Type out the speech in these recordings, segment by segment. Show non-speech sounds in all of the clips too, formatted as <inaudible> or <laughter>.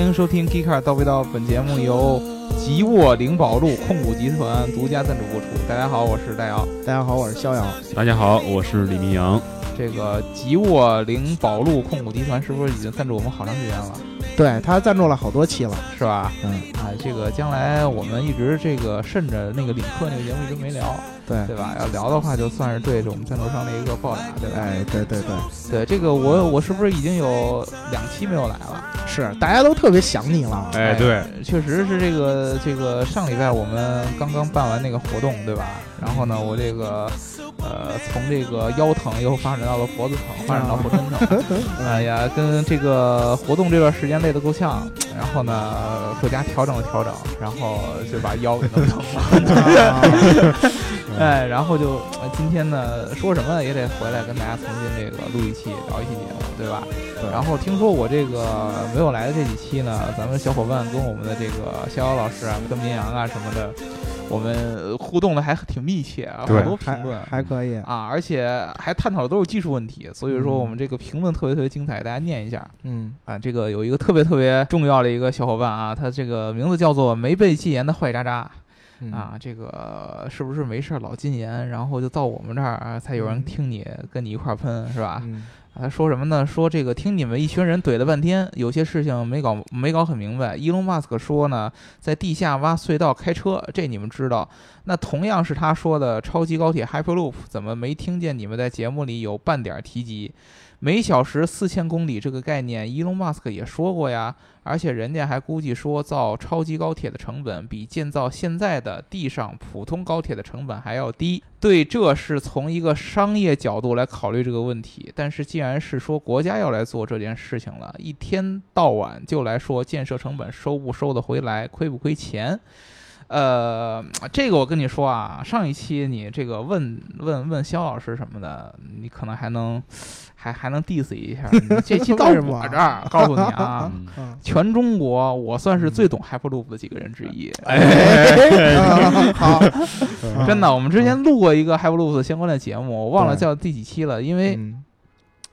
迎收听《g e e k a r 到味道》，本节目由吉沃灵宝路控股集团独家赞助播出。大家好，我是戴瑶。大家好，我是逍遥。大家好，我是李明阳。这个吉沃灵宝路控股集团是不是已经赞助我们好长时间了？对他赞助了好多期了，是吧？嗯，啊，这个将来我们一直这个顺着那个领克那个节目一直没聊，对，对吧？要聊的话，就算是对着我们赞助商的一个报答，对吧？哎，对对对，对，这个我我是不是已经有两期没有来了？是大家都特别想你了。 <laughs> 哎，对，确实是这个这个上礼拜我们刚刚办完那个活动，对吧？然后呢，我这个呃从这个腰疼又发展到了脖子疼，发展到浑身疼， <laughs> 哎呀，跟这个活动这段时间累得够呛。然后呢，回家调整了调整，然后就把腰给弄疼了。 <laughs> 啊哎，然后就呃今天呢，说什么也得回来跟大家重新这个录一期聊一期节目，对吧？对然后听说我这个没有来的这几期呢，咱们小伙伴跟我们的这个逍遥老师啊、跟绵羊啊什么的，我们呃互动的还挺密切啊，好对多评论还还可以，啊，而且还探讨的都是技术问题，所以说嗯我们这个评论特别特别精彩，大家念一下。嗯，啊，这个有一个特别特别重要的一个小伙伴啊，他这个名字叫做没被禁言的坏渣渣，嗯啊，，这个是不是没事儿老禁言，然后就到我们这儿啊才有人嗯听你，跟你一块儿喷是吧？嗯啊他说什么呢？说这个听你们一群人怼了半天，有些事情没搞没搞很明白。伊隆马斯克说呢，在地下挖隧道开车，这你们知道。那同样是他说的超级高铁 Hyperloop，怎么没听见你们在节目里有半点提及？每小时四千公里这个概念，伊隆马斯克也说过呀，而且人家还估计说造超级高铁的成本比建造现在的地上普通高铁的成本还要低。对，这是从一个商业角度来考虑这个问题。但是既然是说国家要来做这件事情了，一天到晚就来说建设成本收不收得回来，亏不亏钱。呃，这个我跟你说啊，上一期你这个问问问肖老师什么的，你可能还能还还能 diss 一下，你这期到为什么我这儿告诉你 <laughs> 啊，嗯嗯全中国我算是最懂 Hyperloop 的几个人之一。哎， <laughs> 啊好，啊真的，我们之前录过一个 Hyperloop 相关的节目，我忘了对叫第几期了，因为嗯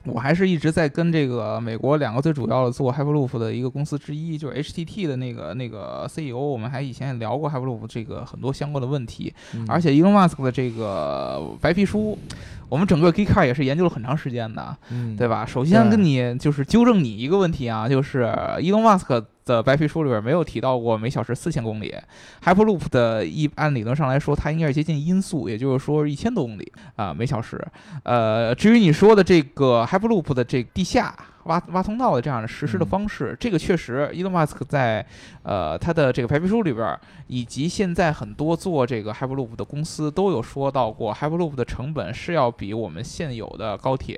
我还是一直在跟这个美国两个最主要的做 Hyperloop 的一个公司之一，就是 HTT 的那个那个 CEO，我们还以前也聊过 Hyperloop 这个很多相关的问题，嗯哎而且 Elon Musk 的这个白皮书，我们整个 Geekcar 也是研究了很长时间的。嗯对吧？首先对跟你就是纠正你一个问题啊，就是伊隆马斯克的白皮书里边没有提到过每小时四千公里，Hyperloop 的一按理论上来说，它应该是接近音速，也就是说一千多公里啊、每小时。呃，至于你说的这个 Hyperloop 的这地下。挖挖通道的这样的实施的嗯方式，这个确实伊隆马斯克在呃他的这个白皮书里边，以及现在很多做这个 Hyperloop 的公司都有说到过，Hyperloop 的成本是要比我们现有的高铁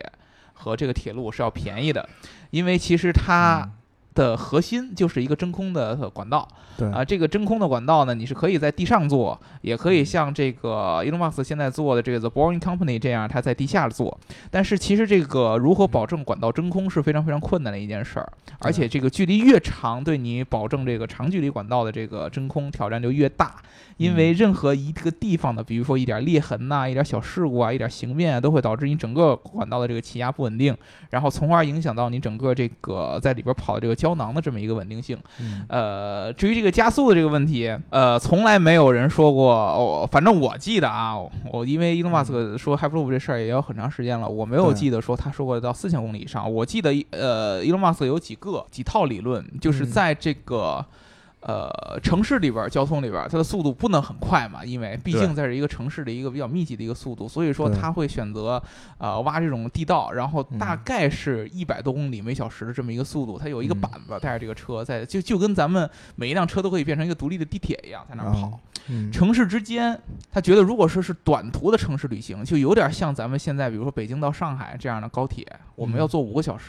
和这个铁路是要便宜的，因为其实它嗯的核心就是一个真空的呃管道对啊、这个真空的管道呢，你是可以在地上做，也可以像这个 Elon Musk 现在做的这个 The Boring Company 这样，它在地下做。但是其实这个如何保证管道真空是非常非常困难的一件事儿，而且这个距离越长，对你保证这个长距离管道的这个真空挑战就越大，因为任何一个地方的，比如说一点裂痕呐、一点小事故啊、一点形变啊，都会导致你整个管道的这个气压不稳定，然后从而影响到你整个这个在里边跑的这个胶囊的这么一个稳定性。嗯呃，至于这个加速的这个问题，呃，从来没有人说过。哦，反正我记得啊，我我因为伊隆马斯克说 Hyperloop 这事儿也有很长时间了，我没有嗯对记得说他说过到四千公里以上。我记得呃，伊隆马斯克有几个几套理论，就是嗯在这个。呃，城市里边儿交通里边儿，它的速度不能很快嘛，因为毕对竟在是一个城市的一个比较密集的一个速度，所以说对他会选择呃挖这种地道，然后大嗯概是一百多公里每小时的这么一个速度，它有一个嗯板子带着这个车在，就就跟咱们每一辆车都可以变成一个独立的地铁一样在那儿跑。哦嗯城市之间，他觉得如果说是短途的城市旅行，就有点像咱们现在比如说北京到上海这样的高铁，我们嗯要坐五个小时。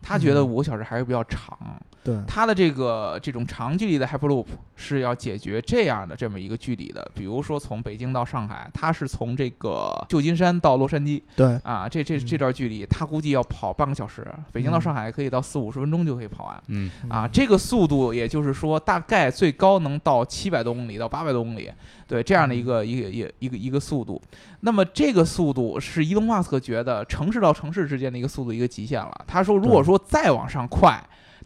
他觉得嗯五个小时还是比较长，对，它的这个这种长距离的 Hyperloop 是要解决这样的这么一个距离的，比如说从北京到上海，它是从这个旧金山到洛杉矶对，啊，这这嗯这段距离，它估计要跑半个小时，北京到上海可以到四五十分钟就可以跑完。嗯，啊，嗯这个速度也就是说，大概最高能到七百多公里到八百多公里，对这嗯样的一个一个一个一个一个速度。那么这个速度是伊隆马斯克觉得城市到城市之间的一个速度一个极限了。他说，如果对说再往上快，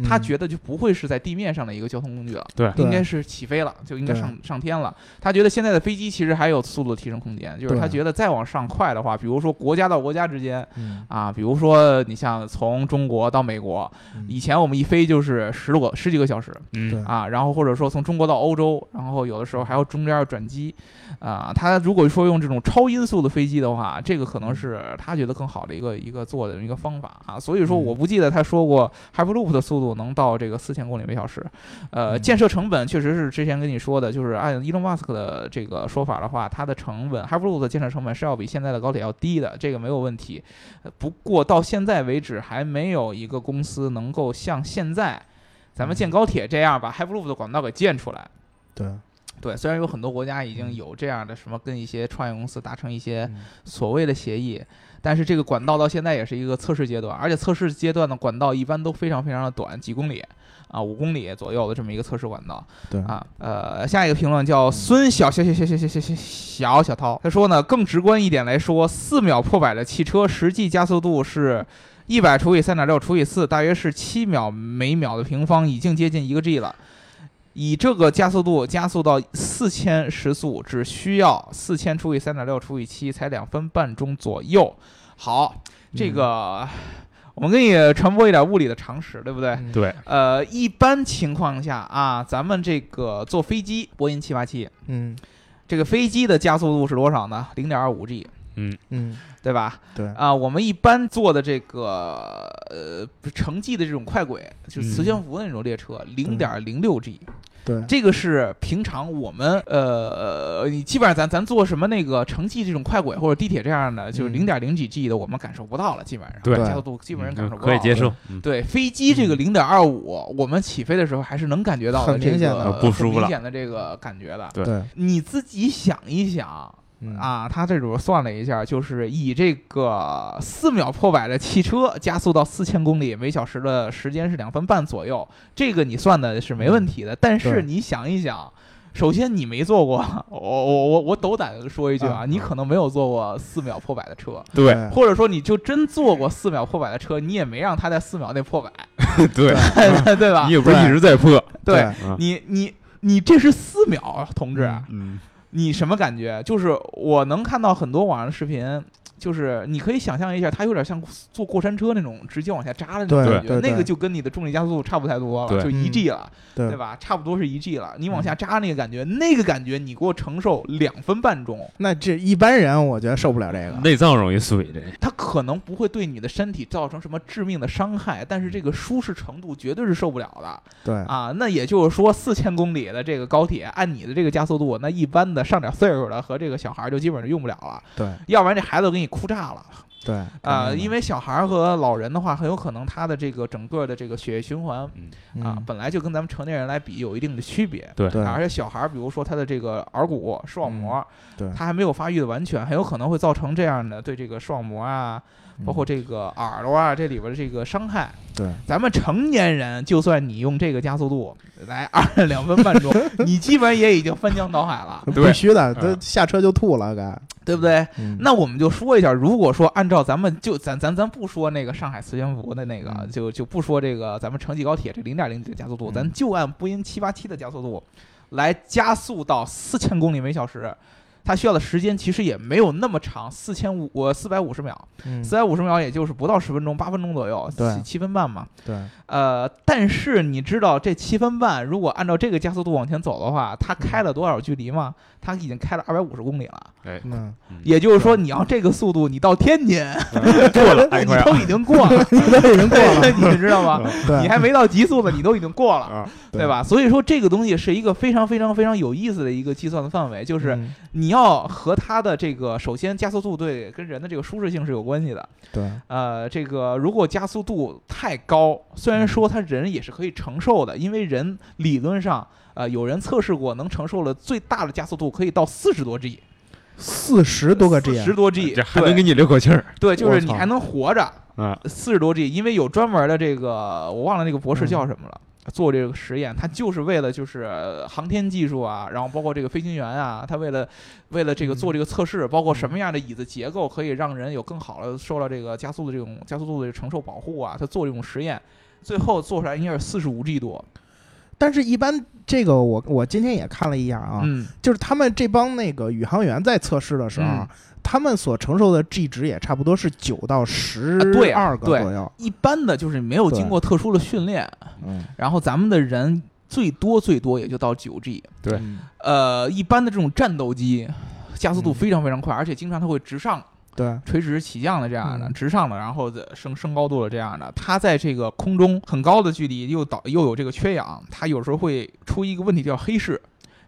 他嗯觉得就不会是在地面上的一个交通工具了。对对应该是起飞了，就应该对上上天了。他觉得现在的飞机其实还有速度提升空间，就是对他觉得再往上快的话，比如说国家到国家之间嗯啊，比如说你像从中国到美国，嗯以前我们一飞就是十多个十几个小时对嗯，啊，然后或者说从中国到欧洲，然后有的时候还要中间要转机，啊，他如果说用这种超音速的飞机的话，这个可嗯能是他觉得更好的一个一个做的一个方法啊，所以说嗯我不记得他说过 Hyperloop 的速度能到这个四千公里每小时，呃，嗯建设成本确实是之前跟你说的，就是按 Elon Musk 的这个说法的话，它的成本 Hyperloop 的建设成本是要比现在的高铁要低的，这个没有问题，呃不过到现在为止还没有一个公司能够像现在。咱们建高铁这样把 Hyperloop 的管道给建出来，嗯对，对，虽然有很多国家已经有这样的什么跟一些创业公司达成一些嗯所谓的协议，但是这个管道到现在也是一个测试阶段，而且测试阶段的管道一般都非常非常的短，几公里啊，五公里左右的这么一个测试管道对，啊。呃，下一个评论叫孙小小小小小小小小小小涛，他说呢，更直观一点来说，四秒破百的汽车实际加速度是。一百除以三点六除以四，大约是七秒每秒的平方，已经接近一个 G 了。以这个加速度加速到四千时速，只需要四千除以三点六除以七，才两分半钟左右。好，这个、我们给你传播一点物理的常识，对不对？嗯对，呃，一般情况下啊，咱们这个坐飞机，波音七八七，嗯这个飞机的加速度是多少呢？零点二五 G，嗯，对吧？对，啊，我们一般坐的这个呃城际的这种快轨，就是磁嗯悬浮的那种列车，零点零六 G，对，这个是平常我们呃，你基本上咱咱坐什么那个城际这种快轨或者地铁这样的，就是嗯零点零几 G 的，我们感受不到了，基本上对加速度基本上感受不到可了。以接受，嗯对飞机这个零点二五，我们起飞的时候还是能感觉到的很这明显的个呃不舒服很明了显的这个感觉的。对对，你自己想一想，嗯，啊，他这里边算了一下，就是以这个四秒破百的汽车加速到四千公里每小时的时间是两分半左右，这个你算的是没问题的。但是嗯对你想一想，首先你没坐过，我我我我斗胆地说一句啊，啊你可能没有坐过四秒破百的车，对嗯或者说你就真坐过四秒破百的车，你也没让它在四秒内破百，对， <laughs> 对吧你？也不是一直在破，对对啊你你你这是四秒，啊同志。嗯嗯，你什么感觉？就是我能看到很多网上的视频，就是你可以想象一下，它有点像坐过山车那种直接往下扎的那种对感觉，对对那个就跟你的重力加速度差不太多了，对就一 G 了，对嗯对吧？差不多是一 G 了，你往下扎那个感觉，那个感觉你给我承受两分半钟，那这一般人我觉得受不了这嗯个，内脏容易碎，这它可能不会对你的身体造成什么致命的伤害，但是这个舒适程度绝对是受不了的对，啊！那也就是说，四千公里的这个高铁，按你的这个加速度，那一般的上点岁数的和这个小孩儿就基本上用不了了。对，要不然这孩子都给你哭炸了对，啊、因为为小孩儿和老人的话，很有可能他的这个整个的这个血液循环啊、本来就跟咱们成年人来比有一定的区别。对嗯对啊而且小孩儿，比如说他的这个耳骨、视网膜，对他还没有发育的完全，很有可能会造成这样的对这个视网膜啊，包括这个耳朵啊这里边的这个伤害。嗯对，咱们成年人，就算你用这个加速度来二两分半 <laughs> 钟，你基本也已经翻江倒海了，必对须的，嗯都下车就吐了，该，对不对？嗯那我们就说一下，如果说按照咱们就咱咱咱不说那个上海磁悬浮的那个，嗯就就不说这个咱们城际高铁这零点零几的加速度，嗯咱就按波音七八七的加速度来加速到四千公里每小时。它需要的时间其实也没有那么长，四千五呃四百五十秒，嗯四百五十秒也就是不到十分钟，八分钟左右，对七七分半嘛。 <laughs> 对，呃，但是你知道这七分半，如果按照这个加速度往前走的话，它开了多少距离吗？它已经开了二百五十公里了。哎，嗯嗯，也就是说，对你要这个速度，你到天津，<laughs> 嗯过了，哎，你快啊都已经过 <laughs> 了，你都已经过了， <laughs> 嗯你知道吗？对，你还没到极速呢，你都已经过了，啊，对吧？所以说，这个东西是一个非常非常非常有意思的一个计算的范围，就嗯？是你要和它的这个，首先加速度对跟人的这个舒适性是有关系的。对，呃，这个如果加速度太高，虽嗯然说他人也是可以承受的，因为人理论上，呃，有人测试过能承受了最大的加速度可以到四十多 G，四十多个 G，啊十多 G，这还对能给你留口气儿对，就我是你操还能活着。啊，四十多 G，因为有专门的这个，我忘了那个博士嗯叫什么了。做这个实验，他就是为了就是呃航天技术啊，然后包括这个飞行员啊，他为了为了这个嗯做这个测试，包括什么样的椅子结构可以让人有更好的受到这个加速的这种加速度的承受保护啊，他做这种实验，最后做出来应该是四十五 G 多。但是，一般这个我我今天也看了一眼啊，嗯，就是他们这帮那个宇航员在测试的时候，嗯他们所承受的 G 值也差不多是九到十对啊二个对左右。一般的就是没有对经过特殊的训练，嗯，然后咱们的人最多最多也就到九 G。对嗯，呃，一般的这种战斗机加速度嗯非常非常快，而且经常它会直上、对，垂直起降的这样的，嗯直上的，然后再升升高度的这样的。它在这个空中很高的距离又导又有这个缺氧，它有时候会出一个问题叫黑视，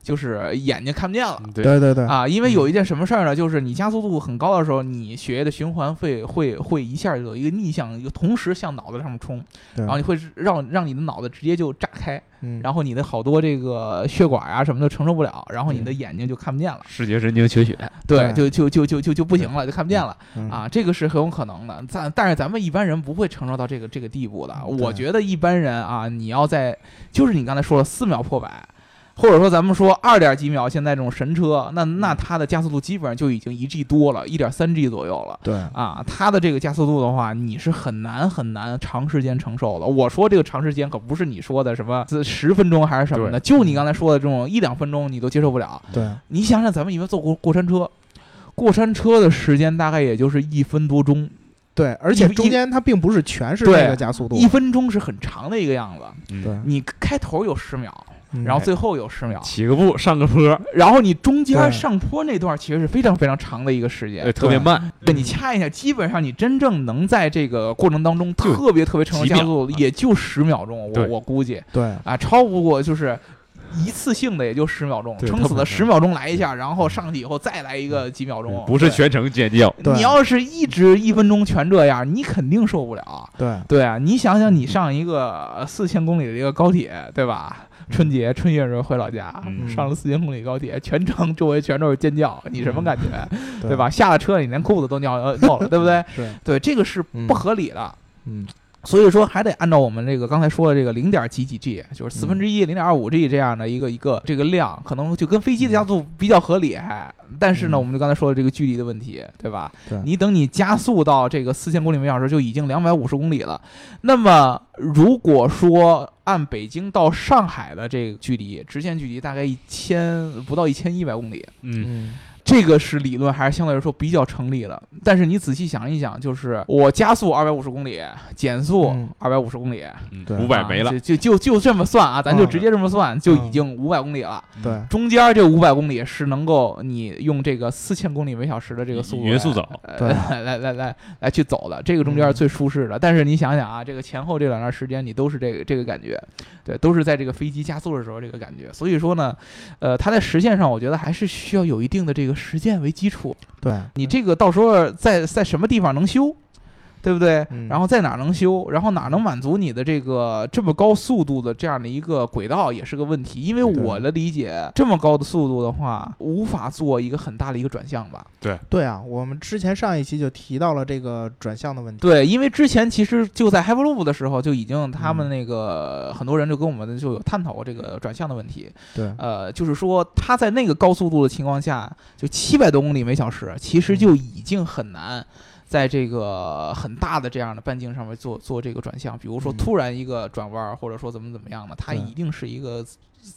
就是眼睛看不见了。对对对对，啊，因为有一件什么事儿呢？就是你加速度很高的时候，你血液的循环会会会一下有一个逆向，就同时向脑子上面冲，对然后你会让让你的脑子直接就炸开，嗯，然后你的好多这个血管啊什么的承受不了，然后你的眼睛就看不见了，视觉神经缺血，啊对，对就就就就就就不行了，就看不见了嗯啊，这个是很有可能的。咱但是咱们一般人不会承受到这个这个地步的。对我觉得一般人啊，你要在就是你刚才说了四秒破百。或者说，咱们说二点几秒，现在这种神车，那嗯那它的加速度基本上就已经一 G 多了，一点三 G 左右了。对，啊，它的这个加速度的话，你是很难很难长时间承受的。我说这个长时间可不是你说的什么十分钟还是什么的，就你刚才说的这种一两分钟你都接受不了。对，你想想，咱们以前坐过过山车，过山车的时间大概也就是一分多钟，对，而且一中间它并不是全是对这个加速度一，分钟是很长的一个样子。对，你开头有十秒，嗯然后最后有十秒，起个步，上个坡，然后你中间对上坡那段其实是非常非常长的一个时间对，。哎特别慢，对你掐一下，基本上你真正能在这个过程当中特别特别承受几加秒嗯速，度，也就十秒钟，我对我估计对，啊，超不过就是一次性的也就十秒钟，对撑它死不了是十秒钟来一嗯下，然后上去以后再来一个几秒钟，不是对全程尖叫，对你要是一直一分钟全这样，你肯定受不了。对，对啊，你想想，你上一个四千公里的一个高铁，对吧？春节春节的时候回老家，嗯上了四千公里高铁，全程周围全都是尖叫，你什么嗯感觉？对对吧？？下了车，你连裤子都尿 <laughs> 呃尿了，对不对？嗯是，对，这个是嗯不合理的。嗯，所以说，还得按照我们这个刚才说的这个零点几几 G，就是嗯四分之一、零点二五 G 这样的一个一个这个量，可能就跟飞机的加速比较合理。还，但是呢，嗯我们就刚才说的这个距离的问题，对吧？对你等你加速到这个四千公里每小时，就已经两百五十公里了。那么，如果说按北京到上海的这个距离，直线距离大概一千不到一千一百公里，嗯，嗯，这个是理论还是相对来说比较成立的。但是你仔细想一想，就是我加速二百五十公里，减速嗯二百五十公里，对嗯五百没了啊，就就 <laughs> 就这么算啊，咱就嗯直接这么算，就已经五百公里了。对，中间这五百公里是能够你用这个四千公里每小时的这个速度啊匀速走，来对嗯呃 <laughs> 来来来来去走的，这个中间是最舒适的。但是你想想啊，这个前后这两段时间你都是这个这个感觉，对，都是在这个飞机加速的时候这个感觉。所以说呢，呃，它在实践上，我觉得还是需要有一定的这个实践为基础。对，你这个到时候在在什么地方能修，对不对？嗯然后在哪儿能修，然后哪儿能满足你的这个这么高速度的这样的一个轨道，也是个问题。因为对我的理解，这么高的速度的话，无法做一个很大的一个转向吧？对啊，我们之前上一期就提到了这个转向的问题。对，因为之前其实就在 Hyperloop 的时候，就已嗯经他们那个、很多人就跟我们就有探讨过这个转向的问题。对呃，就是说它在那个高速度的情况下，就七百多公里每小时，其实嗯就已经很难在这个很大的这样的半径上面做做这个转向，比如说嗯突然一个转弯儿，或者说怎么怎么样的，它对一定是一个。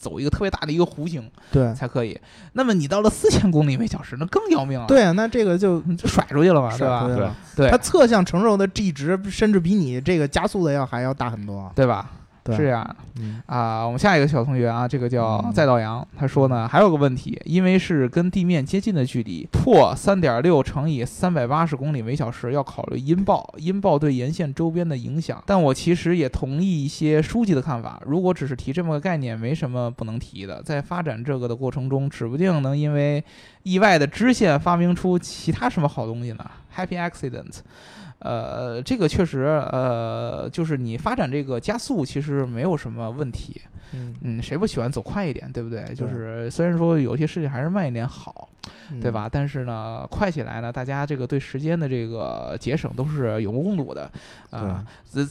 走一个特别大的一个弧形对才可以。那么你到了四千公里每小时，那更要命了，，对啊，那这个就 <laughs> 就甩出去了嘛，啊对甩出吧？去对了。对啊它，侧向承受的 G 值甚至比你这个加速的要还要大很多。对吧？对是这样的。嗯啊，我们下一个小同学啊，这个叫嗯再道阳，他说呢，还有个问题，因为是跟地面接近的距离，破三点六乘以三百八十公里每小时，要考虑音爆，音爆对沿线周边的影响。但我其实也同意一些书籍的看法，如果只是提这么个概念，没什么不能提的。在发展这个的过程中，指不定能因为意外的支线发明出其他什么好东西呢？Happy accident。呃，这个确实，呃，就是你发展这个加速其实没有什么问题，嗯嗯，谁不喜欢走快一点，对不对？就是虽然说有些事情还是慢一点好，嗯对？吧？但是呢，快起来呢，大家这个对时间的这个节省都是有目共睹的啊。呃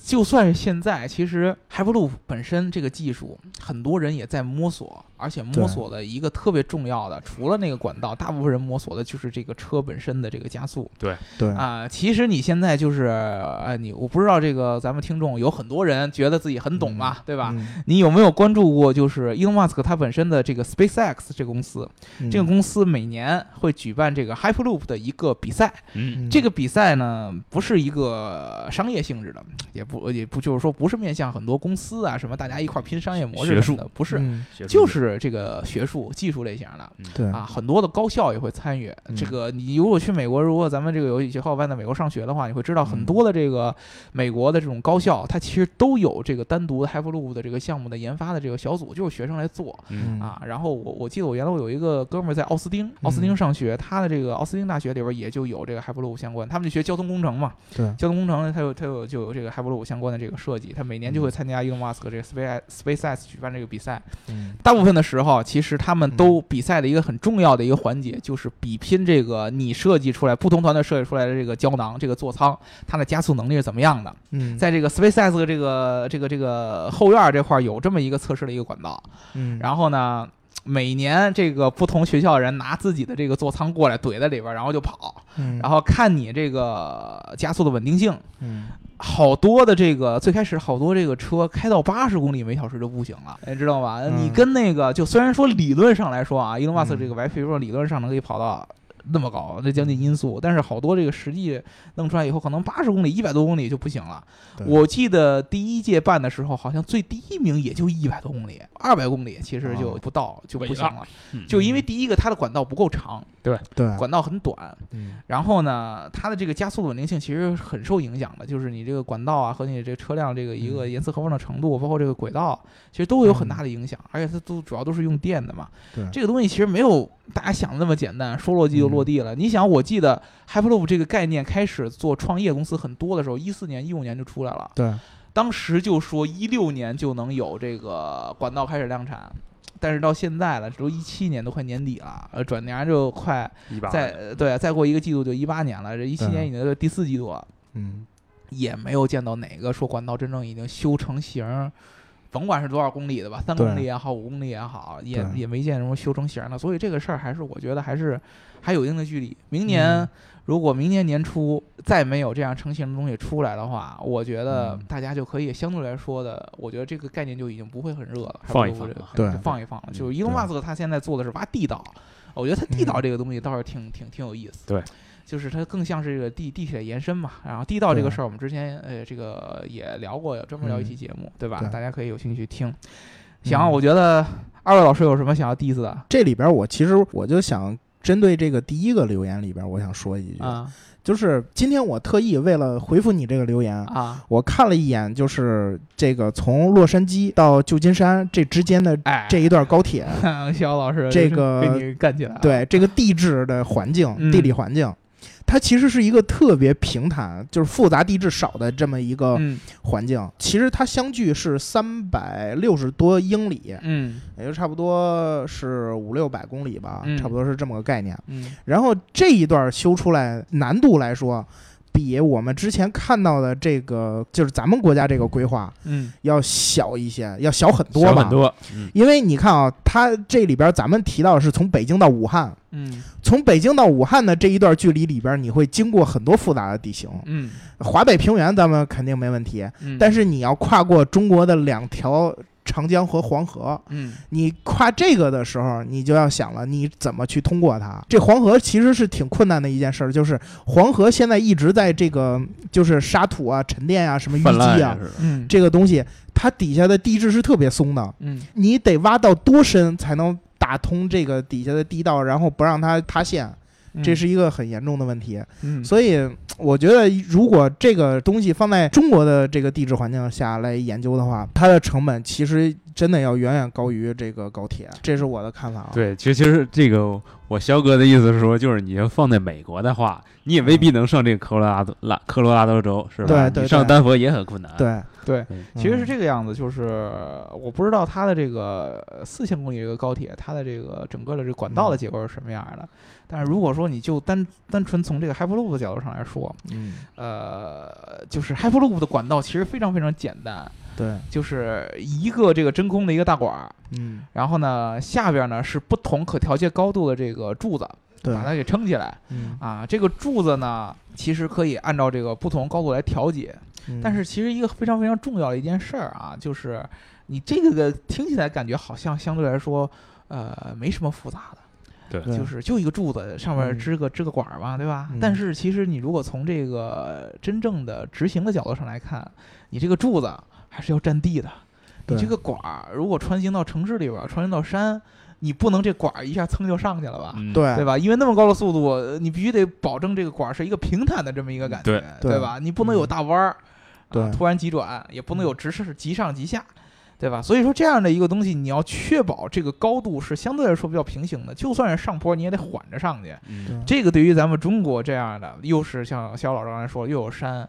就算是现在，其实 Hyperloop 本身这个技术，很多人也在摸索，而且摸对索的一个特别重要的，除了那个管道，大部分人摸索的就是这个车本身的这个加速嗯对，啊、其实你现在就是，呃，你我不知道这个咱们听众有很多人觉得自己很懂嘛，对吧？嗯？你有没有关注过，就是 Elon Musk 他本身的这个 SpaceX 这公司？嗯这个公司每年会举办这个 Hyperloop 的一个比赛，嗯，这个比赛呢不是一个商业性质的，也不也不就是说不是面向很多公司啊什么大家一块儿拼商业模式学什么的，不是，嗯学术就是这个学术技术类型的。对啊，很多的高校也会参与。嗯这个你如果去美国，如果咱们这个有以后搬到美国上学的话，你会知道很嗯多的这个美国的这种高校，它其实都有这个单独的 Hyperloop 的这个项目的研发的这个小组，就是学生来做。嗯，啊，然后我我记得我原来我有一个哥们儿在奥斯汀，奥斯汀嗯上学，他的这个奥斯汀大学里边也就有这个 Hyperloop 相关，他们就学交通工程嘛，对交通工程它有它有就有这个 Hyperloop 相关的这个设计，他每年就会嗯参加 Elon Musk 这个 Space SpaceX 举办这个比赛，嗯大部分的时候其实他们都比赛的一个很重要的一个环节就是比拼这个你设计出来不同团队设计出来的这个胶囊这个座舱它的加速能力是怎么样的，嗯，在这个 SpaceX 这个这个这个后院儿这块儿有这么一个测试的一个管道。嗯然后呢，每年这个不同学校人拿自己的这个座舱过来怼在里边儿，然后就跑，嗯然后看你这个加速的稳定性。嗯好多的这个最开始好多这个车开到八十公里每小时就不行了，哎你知道吧？嗯你跟那个就虽然说理论上来说啊，伊隆马斯嗯这个白皮说理论上能可以跑到。那么高，那将近音速，但是好多这个实际弄出来以后，可能八十公里、一百多公里就不行了。对我记得第一届办的时候，好像最低一名也就一百多公里，二百公里其实就哦不到、就不尾行了了，嗯就因为第一个它的管道不够长，对，管道很短，嗯然后呢，它的这个加速的稳定性其实很受影响的，就是你这个管道啊和你这个车辆这个一个严丝合缝的程度，包括这个轨道，其实都会有很大的影响。而且它都主要都是用电的嘛。对这个东西其实没有大家想的那么简单，说落地就落地了。你想，我记得 Hyperloop 这个概念开始做创业公司很多的时候，一四年、一五年就出来了，嗯对，当时就说一六年就能有这个管道开始量产。但是到现在了，这都一七年，都快年底了，呃，转年就快一把再呃对，再过一个季度就一八年了，这一七对年已经是第四季度了，嗯也没有见到哪个说管道真正已经修成型儿，甭管是多少公里的吧，三公里对也好，五公里也好，也对也没见什么修成型儿的，所以这个事儿还是我觉得还是还有一定的距离。明年、嗯如果明年年初再没有这样成型的东西出来的话，我觉得嗯大家就可以相对来说的，我觉得这个概念就已经不会很热了，放一还不如放了这个对嗯放一放了。就是伊对隆马斯克他现在做的是挖地道，我觉得他地道嗯这个东西倒是挺挺挺有意思。对。就是它更像是这个地地铁的延伸嘛，然后地道这个对嗯事儿，我们之前呃这个也聊过，专门聊一期节目，对吧？对嗯大家可以有兴趣听。行，我觉得二位老师有什么想要 diss 的这里边我其实我就想针对这个第一个留言里边，我想说一句，啊就是今天我特意为了回复你这个留言。啊？我看了一眼，就是这个从洛杉矶到旧金山这之间的哎， <laughs> 这一段高铁，肖老师这真是个被你干起来了，对这个地质的环境、嗯地理环境，它其实是一个特别平坦，就是复杂地质少的这么一个嗯环境。其实它相距是三百六十多英里，嗯也就差不多是五六百公里吧，嗯差不多是这么个概念。嗯然后这一段修出来难度来说，比我们之前看到的这个就是咱们国家这个规划嗯要小一些，要小很多小吧。很多，嗯，因为你看啊，它这里边咱们提到的是从北京到武汉，嗯从北京到武汉的这一段距离里边，你会经过很多复杂的地形。嗯华北平原咱们肯定没问题，嗯，但是是你要跨过中国的两条长江和黄河，嗯你跨这个的时候，你就要想了，你怎么去通过它？这黄河其实是挺困难的一件事儿，就是黄河现在一直在这个就是沙土啊、沉淀啊、什么泛淤滥积呀啊是吧嗯这个东西，它底下的地质是特别松的，嗯你得挖到多深才能打通这个底下的地道，然后不让它塌陷。嗯这是一个很严重的问题。嗯所以我觉得如果这个东西放在中国的这个地质环境下来研究的话，它的成本其实真的要远远高于这个高铁，这是我的看法啊。对，其实其实这个我肖哥的意思是说，就是你要放在美国的话，你也未必能上这个科罗拉多拉科罗拉多州，是嗯吧？对对你上对丹佛也很困难。，对对，嗯其实是这个样子，就是我不知道它的这个呃四千公里这个高铁，它的这个整个的这个管道的结构是什么样的。但是如果说你就单单纯从这个 Hyperloop 的角度上来说，嗯，呃，就是 Hyperloop 的管道其实非常非常简单，对，就是一个这个真空的一个大管儿，嗯，然后呢下边呢是不同可调节高度的这个柱子，对把，它给撑起来嗯，啊。这个柱子呢其实可以按照这个不同高度来调节，嗯但是其实一个非常非常重要的一件事儿啊，就是你这个的听起来感觉好像相对来说，呃，没什么复杂的，对就是就一个柱子上面嗯支个支个管儿嘛，对吧？嗯但是其实你如果从这个真正的执行的角度上来看，你这个柱子还是要占地的。你对这个管儿如果穿行到城市里边儿，穿行到山，你不能这管儿一下蹭就上去了吧？嗯，对对吧？因为那么高的速度，呃你必须得保证这个管儿是一个平坦的这么一个感觉，对对对吧？你不能有嗯大弯儿、啊对，嗯突然急转，也不能有直是急上急下，对吧？所以说这样的一个东西，你要确保这个高度是相对来说比较平行的，就算是上坡，你也得缓着上去。嗯，这个对于咱们中国这样的，又是像肖老师刚才说的，又有山。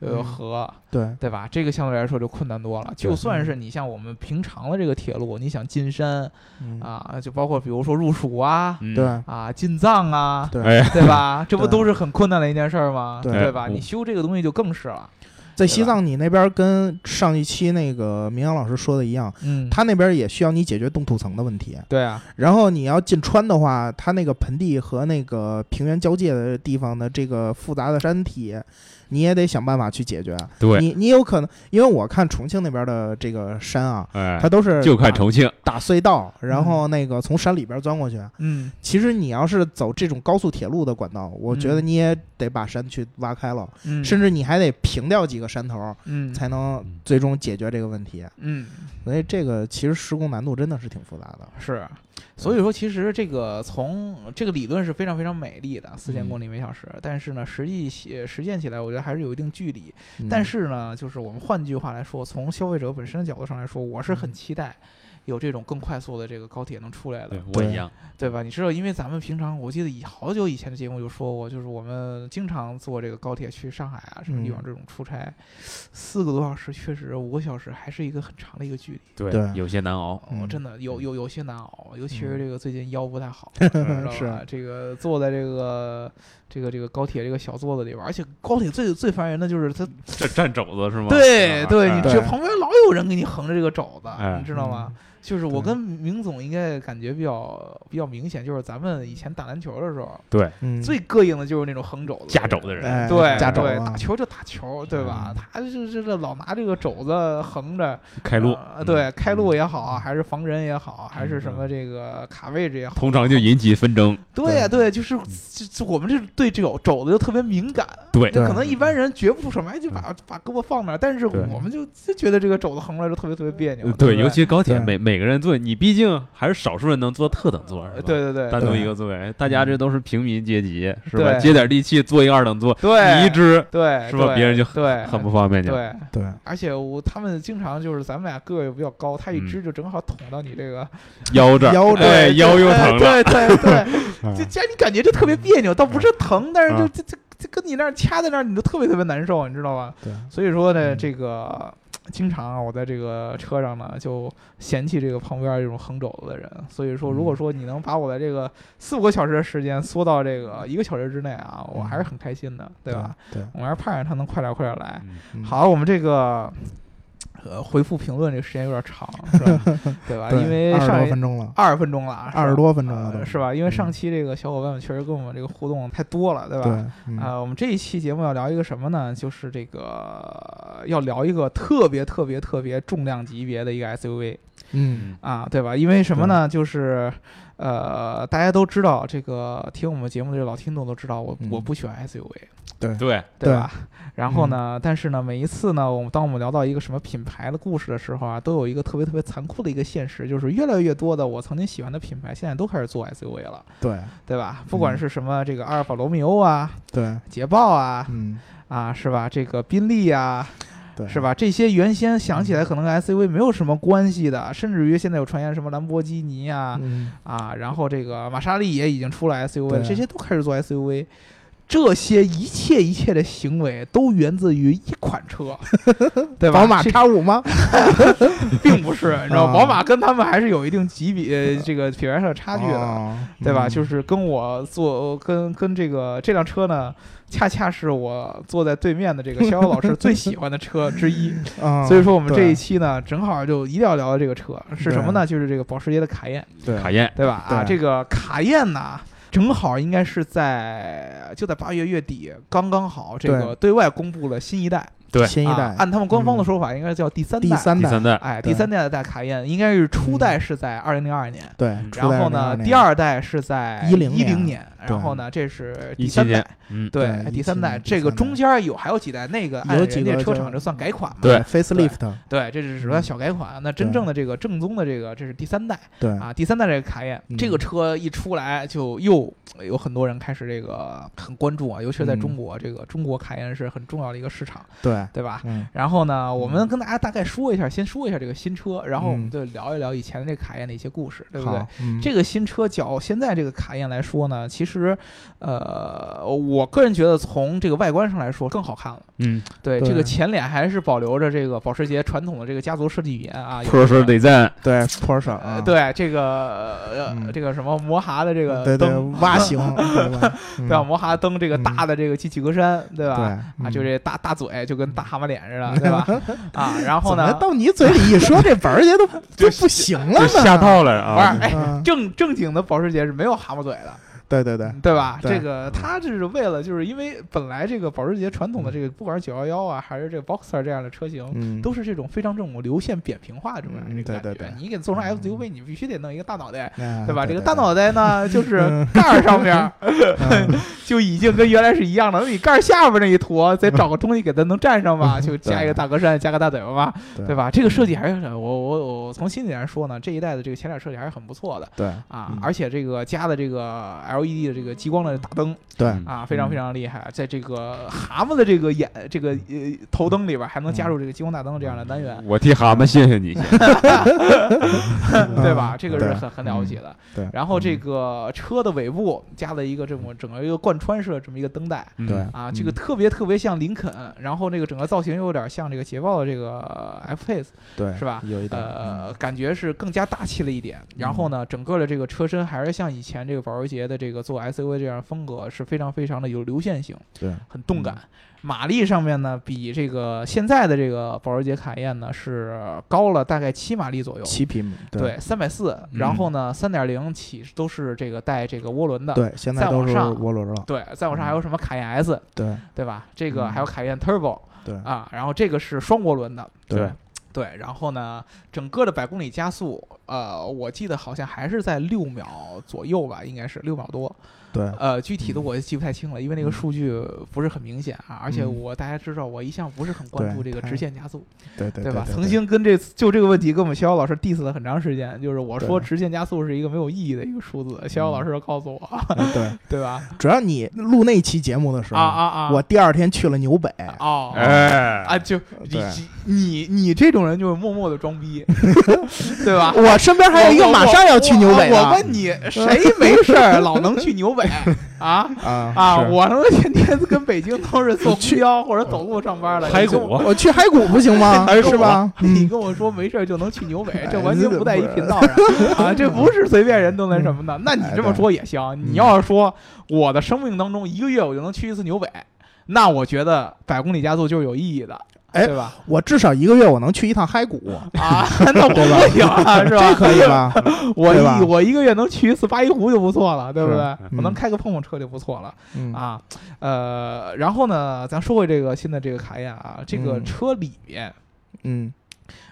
又有嗯河，对，对吧？这个相对来说就困难多了。就对算嗯是你像我们平常的这个铁路，你想进山嗯，啊，就包括比如说入蜀啊，嗯，对，啊，进藏啊，对哎，对吧？这不对都是很困难的一件事儿吗？对吧？嗯你修这个东西就更是了。在西藏，你那边跟上一期那个明阳老师说的一样，嗯，他那边也需要你解决冻土层的问题。对啊，然后你要进川的话，它那个盆地和那个平原交界的地方的这个复杂的山体，你也得想办法去解决。啊对，你你有可能，因为我看重庆那边的这个山 <laughs> 啊，嗯哎它，都是就看打重庆，打隧道，然后那个从山里边钻过去。嗯，其实你要是走这种高速铁路的管道，我觉得嗯你也得把山去挖开了，嗯，甚至你还得平掉几个山头，嗯，才能最终解决这个问题。嗯，所以这个其实施工难度真的是挺复杂的。是。嗯所以说，其实这个从这个理论是非常非常美丽的，四千嗯公里每小时。但是呢，实际起实践起来，我觉得还是有一定距离。嗯但是呢，就是我们换句话来说，从消费者本身的角度上来说，我是很嗯期待有这种更快速的这个高铁能出来的对。我一样，对吧？你知道，因为咱们平常我记得以好久以前的节目就说过，就是我们经常坐这个高铁去上海啊什么地方嗯这种出差，四个多小时，确实五个小时还是一个很长的一个距离。对对有些难熬，哦，嗯真的有有有些难熬，尤其是嗯这个最近腰不太 <laughs> 好，知道是啊吧？这个坐在这个这个这个高铁这个小座子里边儿，而且高铁最最烦人的就是它，这站肘子是吗？对啊对，哎你对这旁边老有人给你横着这个肘子，哎你知道吗？就是我对跟明总应该感觉比较比较明显，就是咱们以前打篮球的时候，对，嗯？嗯，最膈应的就是那种横肘子架肘的人哎对架肘对，啊打球就打球，对吧？嗯他就是这老拿这个肘子横着开路啊呃，对，开路嗯，也好，还是防人也好，还是什么这个卡位置也好，通常就引起纷争，对呀对，就是就就我们这对这种肘子就特别敏感，对嗯就对可能一般人觉不出什么，哎，就把把胳膊放那儿，但是对我们就就觉得这个肘子横着就特别特别别扭呃，对不对，尤其高铁对每每个人坐，你毕竟还是少数人能坐特等座，是吧对对对嗯单独对一个座位，大家这都是平民阶级，是吧？对接点地气，坐一个二等座，对，你一支对是吧对别人就很对很不方便就，对。对，而且我他们经常就是咱们俩个儿又比较高，他一嗯支就正好捅到你这个腰这 <laughs> 儿，腰这儿哎腰又疼了，哎对 <laughs> 对对，就家里感觉就特别别扭，倒不是疼，但是就啊就就就跟你那儿掐在那儿，你就特别特别难受，你知道吧？对，所以说呢，嗯这个经常啊，我在这个车上呢就嫌弃这个旁边这种横肘子的人。所以说，如嗯果说你能把我的这个四五个小时的时间缩到这个一个小时之内啊，我嗯还是很开心的，对吧？？对，我还是盼着他能快点快点来。嗯嗯，好，我们这个。呃，回复评论这个时间有点长，是 <laughs> 吧？对吧？对因为二十上多一分钟了，二十分钟了啊，是吧二十多分钟了呃都是吧？因为上嗯期这个小伙伴们确实跟我们这个互动太多了，对吧？对，嗯啊、我们这一期节目要聊一个什么呢？就是这个要聊一个特别特别特别重量级别的一个 SUV 嗯，嗯啊，对吧？因为什么呢？就是呃，大家都知道这个听我们节目的这个老听众都知道，我、我嗯不喜欢 SUV，对，对对吧？然后呢，但是呢，每一次呢，我们当我们聊到一个什么品牌的故事的时候啊，都有一个特别特别残酷的一个现实，就是越来越多的我曾经喜欢的品牌，现在都开始做 SUV 了，对对吧？不管是什么这个阿尔法罗密欧啊、对，捷豹啊嗯，啊，是吧？这个宾利啊，对，是？吧？这些原先想起来可能跟 SUV 没有什么关系的，甚至于现在有传言什么兰博基尼啊、嗯，啊，然后这个玛莎拉蒂也已经出了 SUV 了，对这些都开始做 SUV。这些一切一切的行为都源自于一款 <laughs> 车，对吧？宝马这 X 五吗？并不是，你知道，啊宝马跟他们还是有一定级别、呃这个品牌上的差距的。哦对吧？嗯就是跟我坐，跟跟这个这辆车呢，恰恰是我坐在对面的这个逍遥老师最喜欢的车之一。 <laughs> 嗯所以说我们这对一期呢，正好就一定要聊这个车是什么呢？就是这个保时捷的卡宴，对卡宴，对吧？啊，对这个卡宴呢。正好应该是在呃就在八月月底，刚刚好这个对外公布了新一代，对新一啊代，按他们官方的说法应该叫第三代。第三第代三，代，哎，对第三代的大卡宴应该是初代是在二零零二年，对，嗯出然来后2002呢，年第，二代是在10一零年年，然后呢，这是第一七三年代，，嗯，对，对第三17代年这个第三代中间有还有几代，那个按有几人家个车就厂这算改款嘛，对，facelift，对，这只是算小改款。那真正的这个正宗的这个，这是第三代对，啊，第三代这个卡宴，嗯这个车一出来就又呃有很多人开始这个很关注啊，尤其是在嗯中国，这个中国卡宴是很重要的一个市场，对，对吧？嗯，然后呢，我们跟大家大概说一下，先说一下这个新车，然后我们嗯就聊一聊以前的这个卡宴的一些故事，对不对？好，嗯这个新车较现在这个卡宴来说呢，其实，呃，我个人觉得从这个外观上来说更好看了。嗯，对，对这个前脸还是保留着这个保时捷传统的这个家族设计语言 <laughs> 啊。有说这说个得赞，对 Porsche 呃，啊，对这个呃、嗯这个什么摩哈的这个对对灯，嗯蛙 <laughs> 形，对吧？对嗯吧？摩哈灯这个嗯大的这个机器格栅，对对吧？啊，就。嗯这大大嘴就跟大蛤蟆脸似的，对 <laughs> 吧？啊，然后呢怎么，到你嘴里一说，这保时 <laughs> 捷都就不行了就呢。下套了不是，啊，哎，嗯 <laughs> 正正经的保时捷是没有蛤蟆嘴的。对对对，对吧？对这个他这是为了，就是因为本来这个保时捷传统的这个，不管是911啊，还是这个 Boxer 这样的车型，嗯，都是这种非常这种流线扁平化的这种嗯这个感觉。对对对嗯你给做成 SUV，你必须得弄一个大脑袋，<laughs> 哎对吧？这个对大脑袋 <laughs> 呢，就是嗯盖儿上面 <laughs> 嗯 <laughs> 就已经跟原来是一样的，那你盖儿下边那一坨，嗯再找个东西给它能占上 <laughs> 吧，就加一个大格栅，加个大嘴巴吧，对嗯对吧？这个设计还是很我我我从心里来说呢，这一代的这个前脸设计还是很不错的。对啊嗯，而且这个加的这个 LED 的这个激光的大灯对嗯啊，非常非常厉害，在这个蛤蟆的这个眼这个呃头灯里边还能嗯加入这个激光大灯这样的单元，我替蛤蟆谢谢你，对吧？这个是嗯对很很了不起的。对然后这个车的尾部加了一个这么整个一个贯穿式的这么一个灯带。嗯对啊，这个特别特别像林肯，然后那个整个造型又有点像这个捷豹的这个 F Pace，对是吧有一点嗯呃，感觉是更加大气了一点。然后呢，整个的这个车身还是像以前这个保时捷的这个做 SUV 这样风格，是非常非常的有流线性，对很动感。嗯马力上面呢，比这个现在的这个保时捷卡宴呢是高了大概七马力左右，七匹米，对，三百四。然后呢，三点零起都是这个带这个涡轮的，嗯对，现在再都往是上涡轮了，对，再往上还有什么卡宴 E S，对对吧？这个嗯还有卡宴 Turbo 对啊，然后这个是双涡轮的，对对，然后呢，整个的百公里加速，呃，我记得好像还是在六秒左右吧，应该是六秒多。对呃，具体的嗯我记不太清了，因为那个嗯数据不是很明显啊。而且嗯我大家知道，我一向不是很关对注这个它直线加速，对对吧？曾经跟这就这个问题跟我们逍遥老师 diss 了很长时间，就是我说对直线加速是一个没有意义的一个数字，逍遥老师就告诉我，嗯 <laughs> 对，对吧？主要你录那期节目的时啊啊候，啊！我第二天去了纽北，哦。啊，哎，就你对你你这种人就是默默的装逼， <laughs> 对吧？我身边还有一个马上要去纽北我啊我我的问 <laughs> 你，谁没事儿老能去纽北 <laughs> 啊？啊啊，是我他妈天天跟北京 <laughs> 都 <laughs> 是坐公交或者走路上班的。排你跟骨我，我去骸骨不行 <laughs> 吗？还有是吧？你 <laughs> 嗯，跟我说没事儿就能去纽北，这哎完全这不在一不是嗯哎频道上啊！这不是随便人都能什么的。那你这么说也行。你要是说我的生命当中一个月我就能去一次纽北，那我觉得百公里加速就是有意义的，哎对吧？我至少一个月我能去一趟骸骨，啊， <laughs> 那我不行啊，是吧？这可以吧？ <laughs> 我对吧一我一个月能去一次八一湖就不错了，对不对？我能嗯开个碰碰车就不错了嗯，啊。呃，然后呢，咱说回这个新的这个卡宴啊，这个嗯车里面嗯，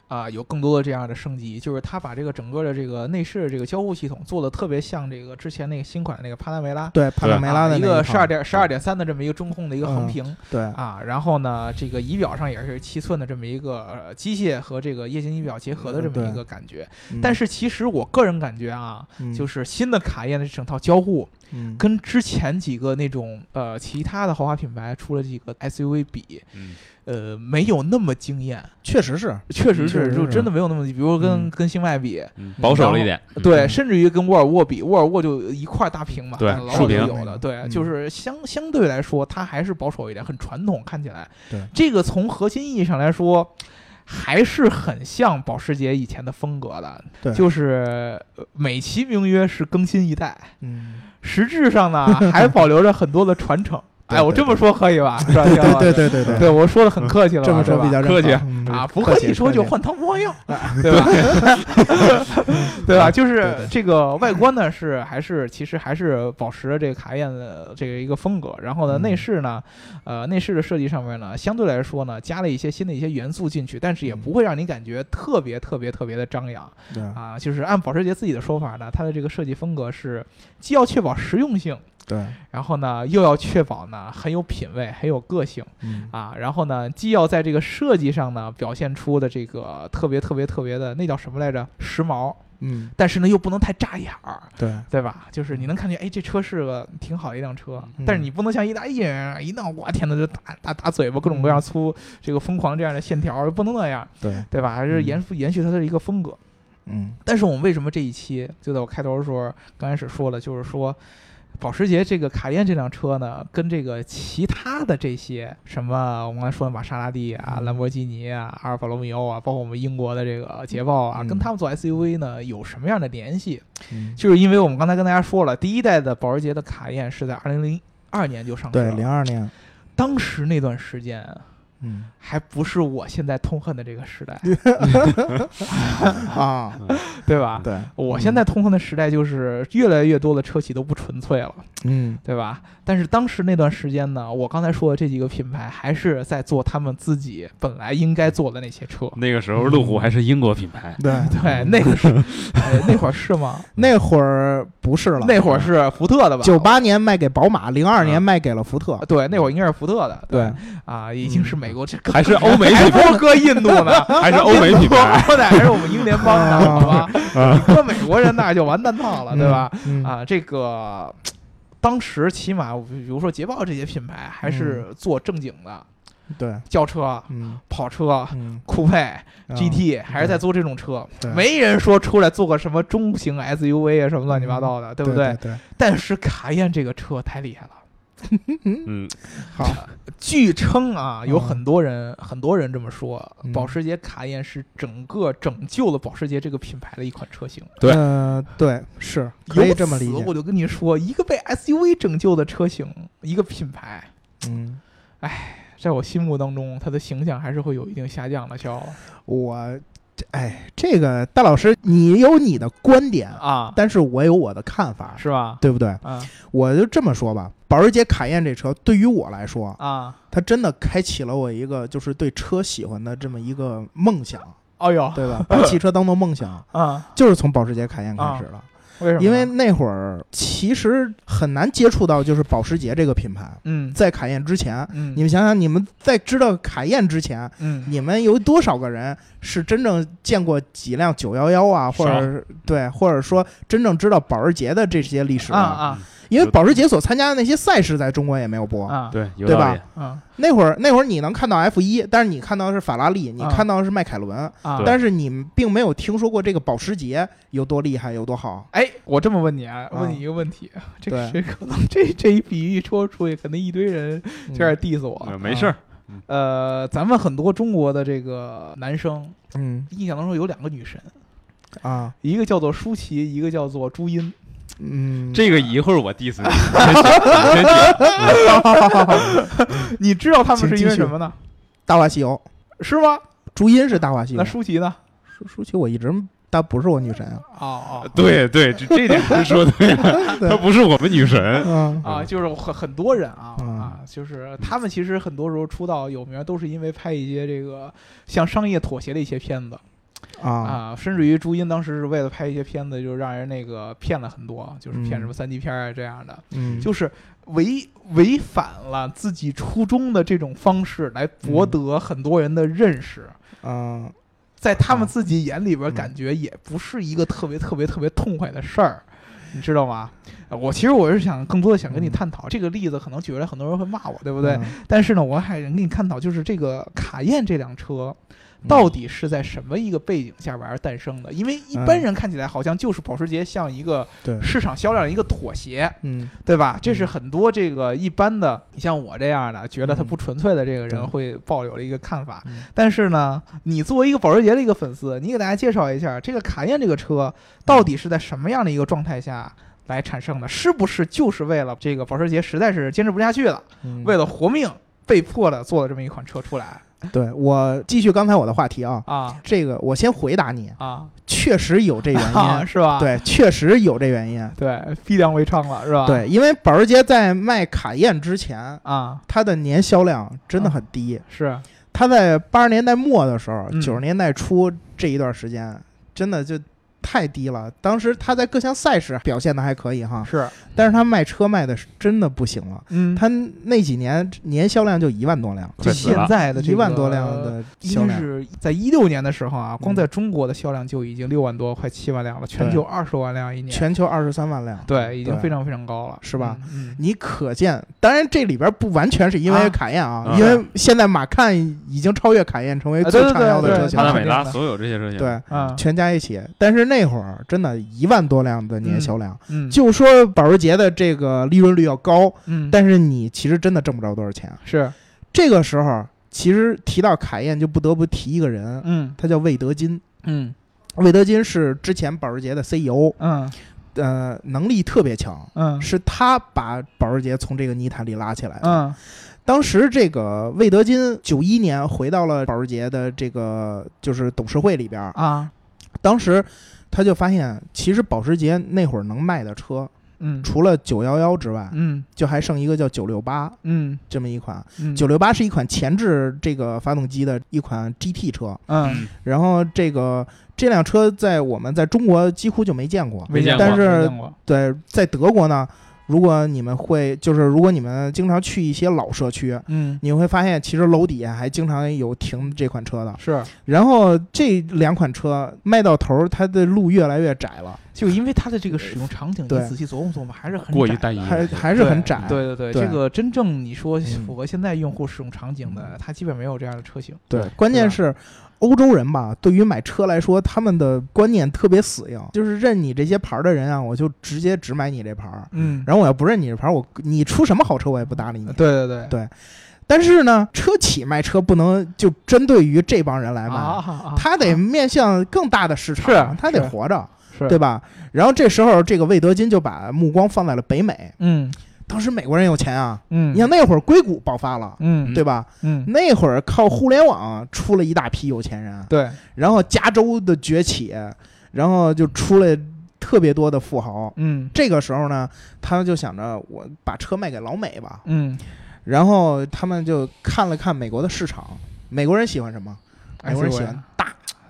啊、有更多的这样的升级，就是它把这个整个的这个内饰这个交互系统做的特别像这个之前那个新款那个帕拉梅拉，对，帕拉梅拉的啊一那嗯个套十二点十二点三的这么一个中控的一个嗯横屏、对，啊，然后呢，这个仪表上也是七寸的这么一个呃机械和这个液晶仪表结合的这嗯么一个感觉。但是其实我个人感觉啊，嗯就是是新的卡宴的整套交互跟之前几个那种呃其他的豪华品牌出了几个 SUV 比，嗯，呃，没有那么惊艳，确实是确实嗯确实是就是真的没有那么，比如说跟、嗯跟星脉比。嗯保守了一点，嗯对，嗯甚至于跟沃尔沃比，沃尔沃就一块大屏嘛，对老竖早就屏有的，对，嗯就是相相对来说，它还是保守一点，很传统，看起来。对这个从核心意义上来说，还是很像保时捷以前的风格的，对就是呃美其名曰是更新一代，嗯，实质上 <laughs> 呢还保留着很多的传承。对哎，我对这么说可以 <laughs> 吧？是吧，对天老对师对对对对，我说的很客气了吧，这么说是吧比较客气嗯啊，对不客客气气说客就气换汤不换药，哎 <laughs> 对吧？啊对吧？就是对对这个外观呢，是还是其实还是保持着这个卡宴的这个一个风格。然后呢，嗯内饰呢，呃，内饰的设计上面呢，相对来说呢，加了一些新的一些元素进去，但是也嗯不会让你感觉特别特别特别的张扬对啊。就是按保时捷自己的说法呢，它的这个设计风格是既要确保实用性，对，然后呢，又要确保呢很有品味、很有个性。嗯啊，然后呢，既要在这个设计上呢表现出的这个特别特别特别的那叫什么来着，时髦，嗯但是呢又不能太扎眼儿，对，对吧？就是你能看见，哎，这车是个挺好的一辆车，但是嗯你不能像意大利人一弄，我天呐，就打打打嘴巴，各种各样粗，这个疯狂这样的线条，不能那样，对，对吧？还是延续延续它的一个风格。嗯但是我们为什么这一期就在我开头的时候刚开始说了，就是说。保时捷这个卡宴这辆车呢，跟这个其他的这些什么我们刚才说的玛莎拉蒂啊、嗯兰博基尼啊、阿尔法罗密欧啊，包括我们英国的这个捷豹啊，嗯跟他们做 SUV 呢有什么样的联系？嗯，就是因为我们刚才跟大家说了，第一代的保时捷的卡宴是在2002年就上市对，了，零二年，当时那段时间嗯还不是我现在痛恨的这个时 <laughs> 代，啊，对吧？对，嗯我现在痛恨的时代就是越来越多的车企都不纯粹了。嗯对吧？但是当时那段时间呢，我刚才说的这几个品牌还是在做他们自己本来应该做的那些车。那个时候路虎还是英国品牌， <laughs> 对，对，那个是，哎，那会儿是 <laughs> 吗？那会儿不是了，那会儿是福特的吧？啊九八年卖给宝马，零二年嗯卖给了福特，对，那会儿应该是福特的。对，啊，已经是美国这个嗯还是欧美还品 <laughs> 牌，不搁印度呢，还是 <laughs> 欧美品牌， <laughs> 好歹还是我们英联邦的，好吧？ <laughs> 啊你搁美国人那就完蛋套了，对吧？嗯？嗯，啊，这个当时起码，比如说捷豹这些品牌还嗯是做正经的对，轿车、嗯跑车、嗯酷配、啊 GT 还是在对做这种车，对 <laughs> 没人说出来做个什么中型 SUV 啊什么乱七八糟的，对对不嗯对？对，但是卡宴这个车太厉害了，嗯，好，据称啊，有嗯很多人很多人这么说嗯，保时捷卡宴是整个拯救了保时捷这个品牌的一款车型。对呃，对，是可以由这么此理解我，就跟你说，一个被 SUV 拯救的车型，一个品牌。嗯。在我心目当中，它的形象还是会有一定下降的，肖我，这哎，这个大老师，你有你的观点，啊，但是我有我的看法，是吧？对不对？啊我就这么说吧，保时捷卡宴这车对于我来说，啊，它真的开启了我一个就是对车喜欢的这么一个梦想，哎呦，<laughs> 对吧？把汽车当做梦想，啊，就是从保时捷卡宴开始的。为什么呢？因为那会儿其实很难接触到就是保时捷这个品牌，嗯在卡宴之前。嗯，你们想想，你们在知道卡宴之前，嗯你们有多少个人是真正见过几辆九幺幺啊，或者是对，或者说真正知道保时捷的这些历史啊啊因为保时捷所参加的那些赛事在中国也没有播。啊，对，有嗯对道吧理，啊那会儿那会儿你能看到 F 一，但是你看到的是法拉利，你啊看到的是迈凯伦，啊，但是你们并没有听说过这个保时捷有多厉害有多好。哎，我这么问你啊，啊问你一个问题，这对这可能 <laughs> 这这一比喻一说出去，可能一堆人就开始嗯 diss 我。呃没事嗯儿，呃，咱们很多中国的这个男生嗯印象当中有两个女神，啊一个叫做舒淇，一个叫做朱茵。嗯，这个一会儿我 <laughs> diss 你，你先讲你先讲你知道他们请是因为继续什么呢？ <laughs> 大话西游，是吗？朱茵是大话西游啊那。舒淇呢？舒舒淇我一直她不是我女神啊。哦哦。对对，这这点是说对 <laughs> 了，对她不是我们女神， <laughs> 嗯啊，就是很很多人啊、嗯啊，啊，就是他们其实很多时候出道有名，都是因为拍一些这个向商业妥协的一些片子啊啊，甚至于朱茵当时是为了拍一些片子，就让人那个骗了很多，就是骗什么三级片啊这样的，嗯，就是违违反了自己初衷的这种方式来博嗯得很多人的认识。啊在他们自己眼里边，嗯感觉也不是一个特别特别特别痛快的事儿，你知道吗？呃我其实我是想更多的想跟你嗯探讨这个例子，可能举出来很多人会骂我，对不对？嗯但是呢，我还想跟你探讨，就是这个卡宴这辆车嗯到底是在什么一个背景下边而诞生的？因为一般人看起来好像就是保时捷向一个对市场销量一个妥协，嗯对吧？这是很多这个一般的，你像我这样的觉得它不纯粹的这个人嗯对会抱有了一个看法嗯。但是呢，你作为一个保时捷的一个粉丝，你给大家介绍一下这个卡宴这个车到底是在什么样的一个状态下来产生的？是不是就是为了这个保时捷实在是坚持不下去了，嗯为了活命被迫的做了这么一款车出来对我继续刚才我的话题啊，啊这个我先回答你，啊确实有这原啊，因，是吧？对，确实有这原因，对，逼良为娼了是吧？对，因为保时捷在卖卡宴之前，啊，它的年销量真的很低，是它在八十年代末的时候嗯，九十年代初这一段时间，真的就太低了。当时它在各项赛事表现的还可以哈，是，但是它卖车卖的是真的不行了。嗯，它那几年年销量就一万多辆，快死现了在的这一万个多辆的应销该量。是在一六年的时候啊，光嗯在中国的销量就已经六万多，快七万辆了，全球二十万辆一年，全球二十三万辆，对，已经对非常非常高了，是吧嗯？嗯，你可见，当然这里边不完全是因啊为卡宴啊，嗯因为现在马看已经超越卡宴成为啊最对对畅销对的车对型帕它了拉的，梅拉所有这些嗯车型，对，啊，全加一起。但是那会儿真的，一万多辆的年销量，嗯，就说保时捷的这个利润率要高，嗯，但是你其实真的挣不着多少钱。是，这个时候，其实提到卡宴，就不得不提一个人，嗯他叫魏德金。嗯魏德金是之前保时捷的 CEO，嗯呃，能力特别强，嗯是他把保时捷从这个泥潭里拉起来的。嗯当时这个魏德金九一年回到了保时捷的这个就是董事会里边儿，啊，当时他就发现，其实保时捷那会儿能卖的车，嗯除了九幺幺之外，嗯就还剩一个叫九六八嗯这么一款。嗯，九六八是一款前置这个发动机的一款 GT 车，嗯然后这个这辆车在我们在中国几乎就没见过，没见过但没是见过对，在德国呢。如果你们会，就是如果你们经常去一些老社区，嗯你会发现，其实楼底下还经常有停这款车的。是，然后这两款车卖到头儿，它的路越来越窄了，就因为它的这个使用场景，你对仔细琢磨琢磨，还是很过于窄单一的了，还还是很窄。嗯对对对，对这个真正你说符嗯合现在用户使用场景的，它基本没有这样的车型。对关键是欧洲人吧，对于买车来说，他们的观念特别死硬，就是认你这些牌儿的人啊，我就直接只买你这牌儿。嗯，然后我要不认你这牌儿，我你出什么好车我也不搭理你。啊对对对，对但是呢，车企卖车不能就针对于这帮人来卖，啊啊啊他得面向更大的市场，是他是得活着。是对吧？然后这时候，这个魏德金就把目光放在了北美。嗯当时美国人有钱啊，嗯，你像那会儿硅谷爆发了，嗯对吧？嗯那会儿靠互联网出了一大批有钱人，对，然后加州的崛起，然后就出来特别多的富豪。嗯这个时候呢，他们就想着我把车卖给老美吧，嗯，然后他们就看了看美国的市场，美国人喜欢什么？美哎国人喜 SUV 欢大，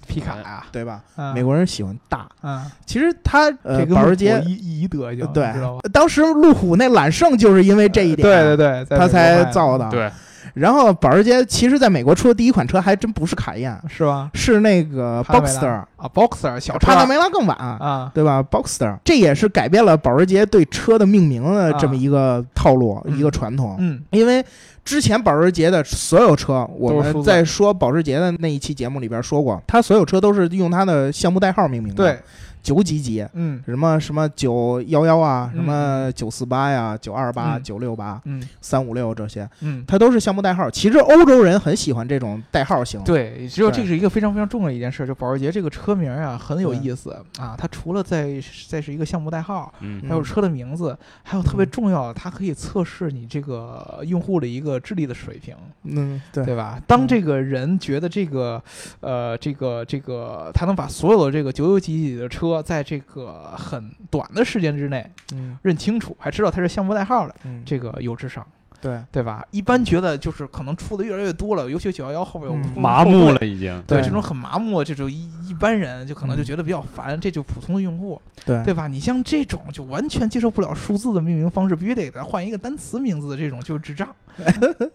皮卡呀，对吧？啊美国人喜欢大。啊，其实他呃，这跟保时我捷一一德就对知道吧？当时路虎那揽胜就是因为这一点，啊对对对，在他美国卖才的造的。，对，然后保时捷其实在美国出的第一款车还真不是卡宴，是吧？是那个帕拉梅拉 Boxster，啊，Boxer 小车帕拉梅拉更晚。啊，对吧？Boxster 这也是改变了保时捷对车的命名的啊这么一个套路、嗯一个传统。嗯因为之前保时捷的所有车，我都是数们字在说保时捷的那一期节目里边说过，它所有车都是用它的项目代号命名的，对，九几几，嗯什么什么九幺幺啊，嗯什么九四八呀、九二八、嗯九六八、嗯三五六这些，嗯。它都是项目代号。其实欧洲人很喜欢这种代号型。对，只有这对是一个非常非常重要的一件事，就保时捷这个车名啊，很有对意思啊。它除了在在是一个项目代号，嗯嗯还有车的名字，还有特别重要的，它可以测试你这个用户的一个智力的水平，嗯，对，对吧？当这个人觉得这个，呃，这个这个，他能把所有的这个九九几几的车，在这个很短的时间之内嗯认清楚，还知道它是项目代号的，嗯，这个有智商。对，对吧？一般觉得就是可能出的越来越多了，尤其九幺幺后边有嗯空麻后木缀了已经。对对这种很麻木，这种一一般人就可能就嗯觉得比较烦，这就普通的用户，对，对吧？你像这种就完全接受不了数字的命名方式，必须得给它换一个单词名字的这种就是智障。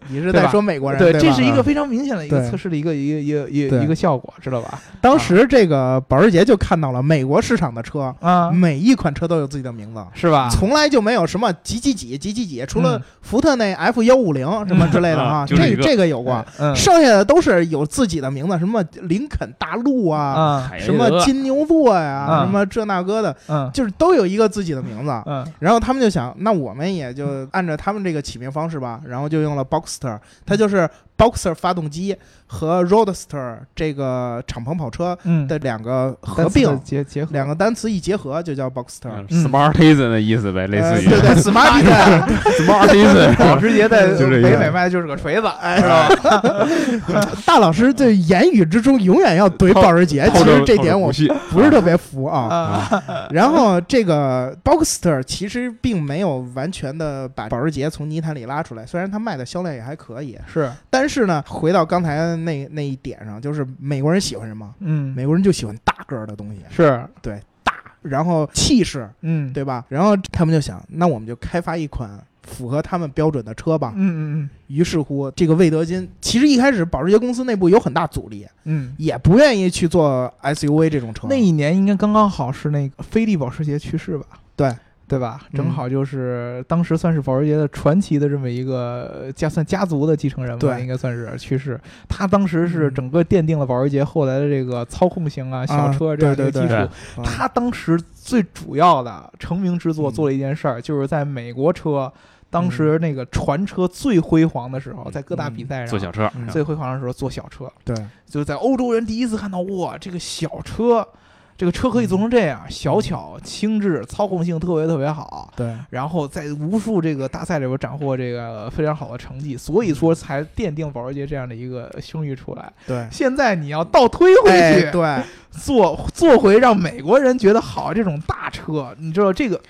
你是对在吧嗯说美国人吧？啊这是一个非常明显的一个对测试的一个一个一个一个对一个效果，知道吧？当时这个保时捷就看到了美国市场的车，啊，每一款车都有自己的名字。是吧？从来就没有什么几几几几几几，除了嗯福特那 F 幺五零什么之类的啊，嗯就是这一个个这个有过，嗯剩下的都是有自己的名字，什么林肯大陆啊，啊海什德么金牛座呀、嗯啊什么这那个的，嗯就是都有一个自己的名字。嗯然后他们就想，那我们也就按照他们这个起名方式吧，然后就用了 Boxster，它就是 Boxster 发动机和 Roadster 这个敞篷跑车嗯，的两个合单词的并，结 <laughs> 结合两个单词一结合就叫 Boxster。嗯 smartisan 的意思呗，类呃似于 <laughs> 对对，Smart，Beat，保 smartisan。时捷在就这北样美卖就是个锤子，哎，是吧？ <laughs> 大老师这言语之中永远要怼套保时捷，其实这点我信。不是特别服 <laughs> 啊。啊， <laughs> 然后这个 Boxster 其实并没有完全的把保时捷从泥潭里拉出来，虽然它卖的销量也还可以，是，但是呢，回到刚才那那一点上，就是美国人喜欢什么？嗯，美国人就喜欢大个儿的东西，是，对，大，然后气势，嗯，对吧？然后他们就想，那我们就开发一款符合他们标准的车吧。嗯嗯于是乎，这个魏德金其实一开始保时捷公司内部有很大阻力，嗯嗯。也不愿意去做 SUV 这种车。那一年应该刚刚好是那个菲利保时捷去世吧？对。对吧？嗯正好就是当时算是保时捷的传奇的这么一个呃家算家族的继承人吧，对应该算是去世。他当时是嗯整个奠定了保时捷后来的这个操控型啊、小车这样的一个对基对础。对嗯他当时最主要的成名之作嗯做了一件事儿，就是在美国车当时那个船车最辉煌的时候，嗯在各大比赛坐上小车，嗯最辉煌的时候做小车，对就是在欧洲人第一次看到哇，这个小车，这个车可以做成这样，小巧轻质，操控性特别特别好。对然后在无数这个大赛里边斩获这个非常好的成绩，所以说才奠定保时捷这样的一个声誉出来。对，现在你要倒推 <laughs> 回去，哦哎对，做做回让美国人觉得好这种大车，你知道这个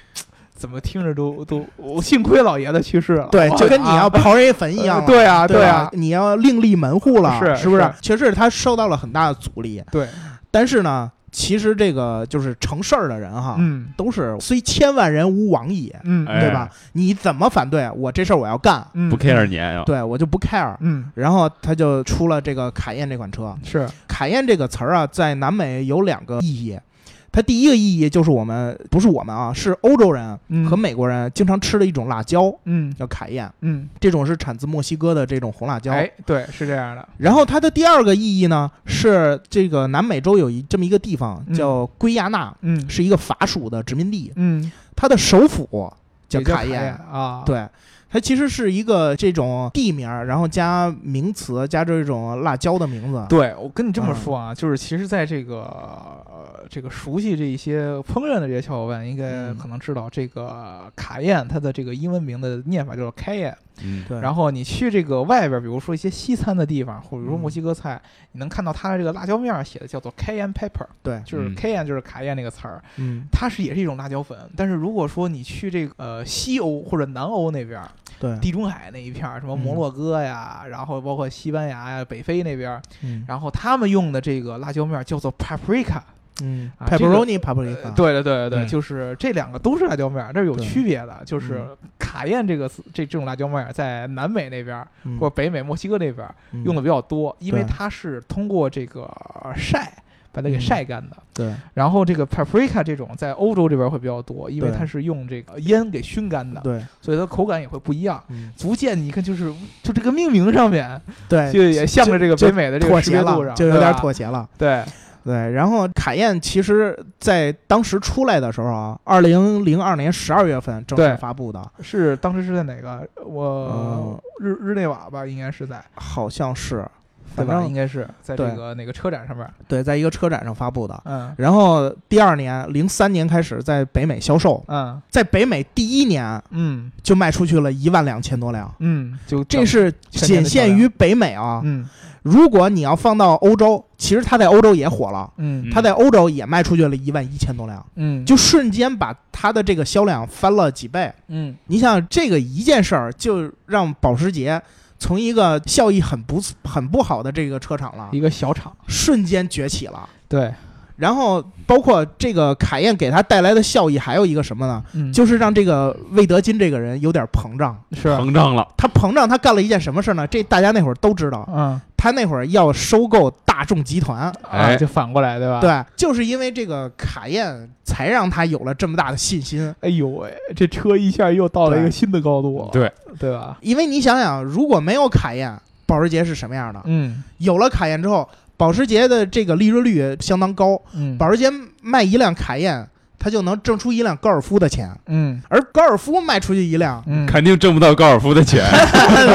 怎么听着都都，我幸亏老爷子去世了，对，哇就跟你要啊刨人一坟一样了、呃对啊对对吧啊你要另立门户了，是不是是？确实，他受到了很大的阻力。对，但是呢，其实这个就是成事儿的人哈，嗯都是虽千万人无往也，嗯，哎对吧？你怎么反对我这事儿我要干，嗯不 care 你哎呦对我就不 care。嗯然后他就出了这个卡宴这款车。是卡宴这个词儿啊，在南美有两个意义。它第一个意义就是我们不是我们啊，是欧洲人嗯和美国人经常吃的一种辣椒，嗯叫卡宴。嗯，这种是产自墨西哥的这种红辣椒。哎对是这样的，然后它的第二个意义呢，是这个南美洲有一这么一个地方嗯叫圭亚那，嗯是一个法属的殖民地，嗯，它的首府叫也叫卡卡宴宴。啊，对，它其实是一个这种地名儿，然后加名词，加这种辣椒的名字。对，我跟你嗯这么说啊，就是其实在这个、呃、这个熟悉这一些烹饪的这些小伙伴，应该嗯可能知道这个卡宴它的这个英文名的念法就是开宴。嗯对，然后你去这个外边儿，比如说一些西餐的地方，或者说嗯墨西哥菜，你能看到它的这个辣椒面儿写的叫做 cayenne pepper，对，就是嗯 cayenne 就是卡宴那个词儿，嗯，它是也是一种辣椒粉。但是如果说你去这个呃西欧或者南欧那边儿，对，地中海那一片儿，什么摩嗯洛哥呀，然后包括西班牙呀、北非那边儿，嗯然后他们用的这个辣椒面儿叫做 paprika。嗯啊这个，pepperoni 呃 paprika，，对对对对，嗯就是这两个都是辣椒面儿，这是有对嗯区别的。就是卡宴这个这这种辣椒面儿在南美那边儿嗯或者北美、墨西哥那边儿嗯用的比较多，因为对它是通过这个晒把它给嗯晒干的。对，然后这个 paprika 这种在欧洲这边会比较多，因为对它是用这个烟给熏干的，对，所以它口感也会不一样。嗯，足见你看，就是就这个命名上面，对，就也向着这个哎就北美啊的这妥个识协别度了，上，就有点对吧妥协嗯了。对，对，然后卡宴其实在当时出来的时候啊，二零零二年十二月份正对式发布的，是当时是在哪个我嗯日日内瓦吧，应该是在好像是，对反吧？正应该是在这对个哪个车展上面，对，在一个车展上发布的。嗯然后第二年，零三年开始在北美销售，嗯在北美第一年嗯就卖出去了一万两千多辆，嗯，就这是全年仅的销量限于北美啊。嗯如果你要放到欧洲，其实它在欧洲也火了，嗯它在欧洲也卖出去了一万一千多辆，嗯就瞬间把它的这个销量翻了几倍。嗯你想这个一件事儿，就让保时捷从一个效益很不很不好的这个车厂了，一个小厂，瞬间崛起了。对，然后包括这个凯宴给它带来的效益，还有一个什么呢？嗯就是让这个魏德金这个人有点膨胀。是膨胀了，他膨胀，他干了一件什么事儿呢？这大家那会儿都知道，嗯他那会儿要收购大众集团。啊，哎就反过来对吧？，对，就是因为这个凯宴，才让他有了这么大的信心。哎呦喂，这车一下又到了一个新的高度了，对对吧？因为你想想，如果没有凯宴，保时捷是什么样的？嗯有了凯宴之后，保时捷的这个利润率相当高，嗯，保时捷卖一辆凯宴，它就能挣出一辆高尔夫的钱，嗯而高尔夫卖出去一辆，嗯，肯定挣不到高尔夫的 <laughs> 钱。 <laughs>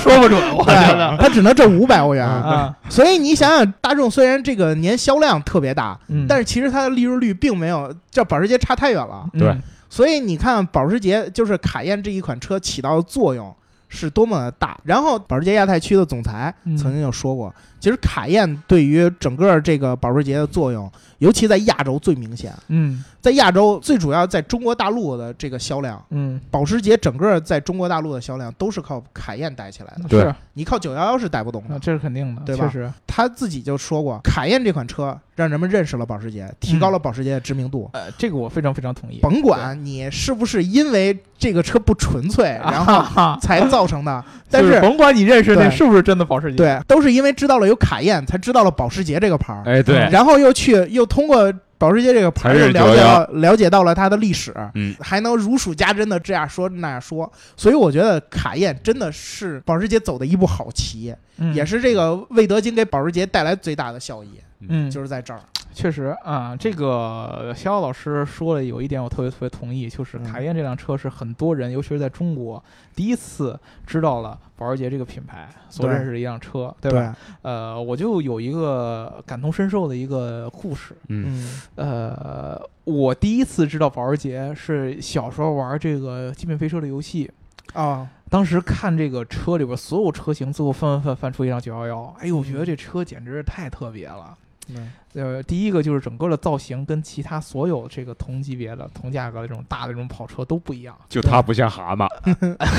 说不准，我觉得对，它只能挣五百欧元。啊，所以你想想，大众虽然这个年销量特别大，嗯，但是其实它的利润率并没有叫保时捷差太远了。嗯对所以你看，保时捷就是凯宴这一款车起到的作用是多么的大。然后，保时捷亚太区的总裁嗯曾经就说过，其实凯宴对于整个这个保时捷的作用，尤其在亚洲最明显。嗯在亚洲，最主要在中国大陆的这个销量，嗯，保时捷整个在中国大陆的销量都是靠凯宴带起来的，对是，你靠911是带不动那的。这是肯定的，对吧确实。他自己就说过，凯宴这款车让人们认识了保时捷，提高了嗯保时捷的知名度。呃，这个我非常非常同意。甭管你是不是因为这个车不纯粹，对，然后后才造成的，但啊 <laughs> 就是是甭管你认识那对是不是真的保时捷，，对，都是因为知道了有凯宴，才知道了保时捷这个牌儿，哎，对，然后又去又通过保时捷这个牌儿，才又是了解到了解到了它的历史，嗯，还能如数家珍的这样说那样说，所以我觉得凯宴真的是保时捷走的一步好棋，嗯、也是这个魏德金给保时捷带来最大的效益，嗯，就是在这儿，确实啊、这个肖老师说了有一点，我特别特别同意，就是嗯凯宴这辆车是很多人，尤其是在中国第一次知道了保时捷这个品牌所对认识的一辆车，对对吧？呃，我就有一个感同身受的一个故事。嗯，嗯呃，我第一次知道保时捷是小时候玩这个《极品飞车》的游戏，哦，当时看这个车里边所有车型，最后翻翻翻翻出一辆九幺幺，哎呦，我觉得这车简直是太特别了。嗯呃，第一个就是整个的造型跟其他所有这个同级别的、同价格的这种大的这种跑车都不一样，就他不像蛤蟆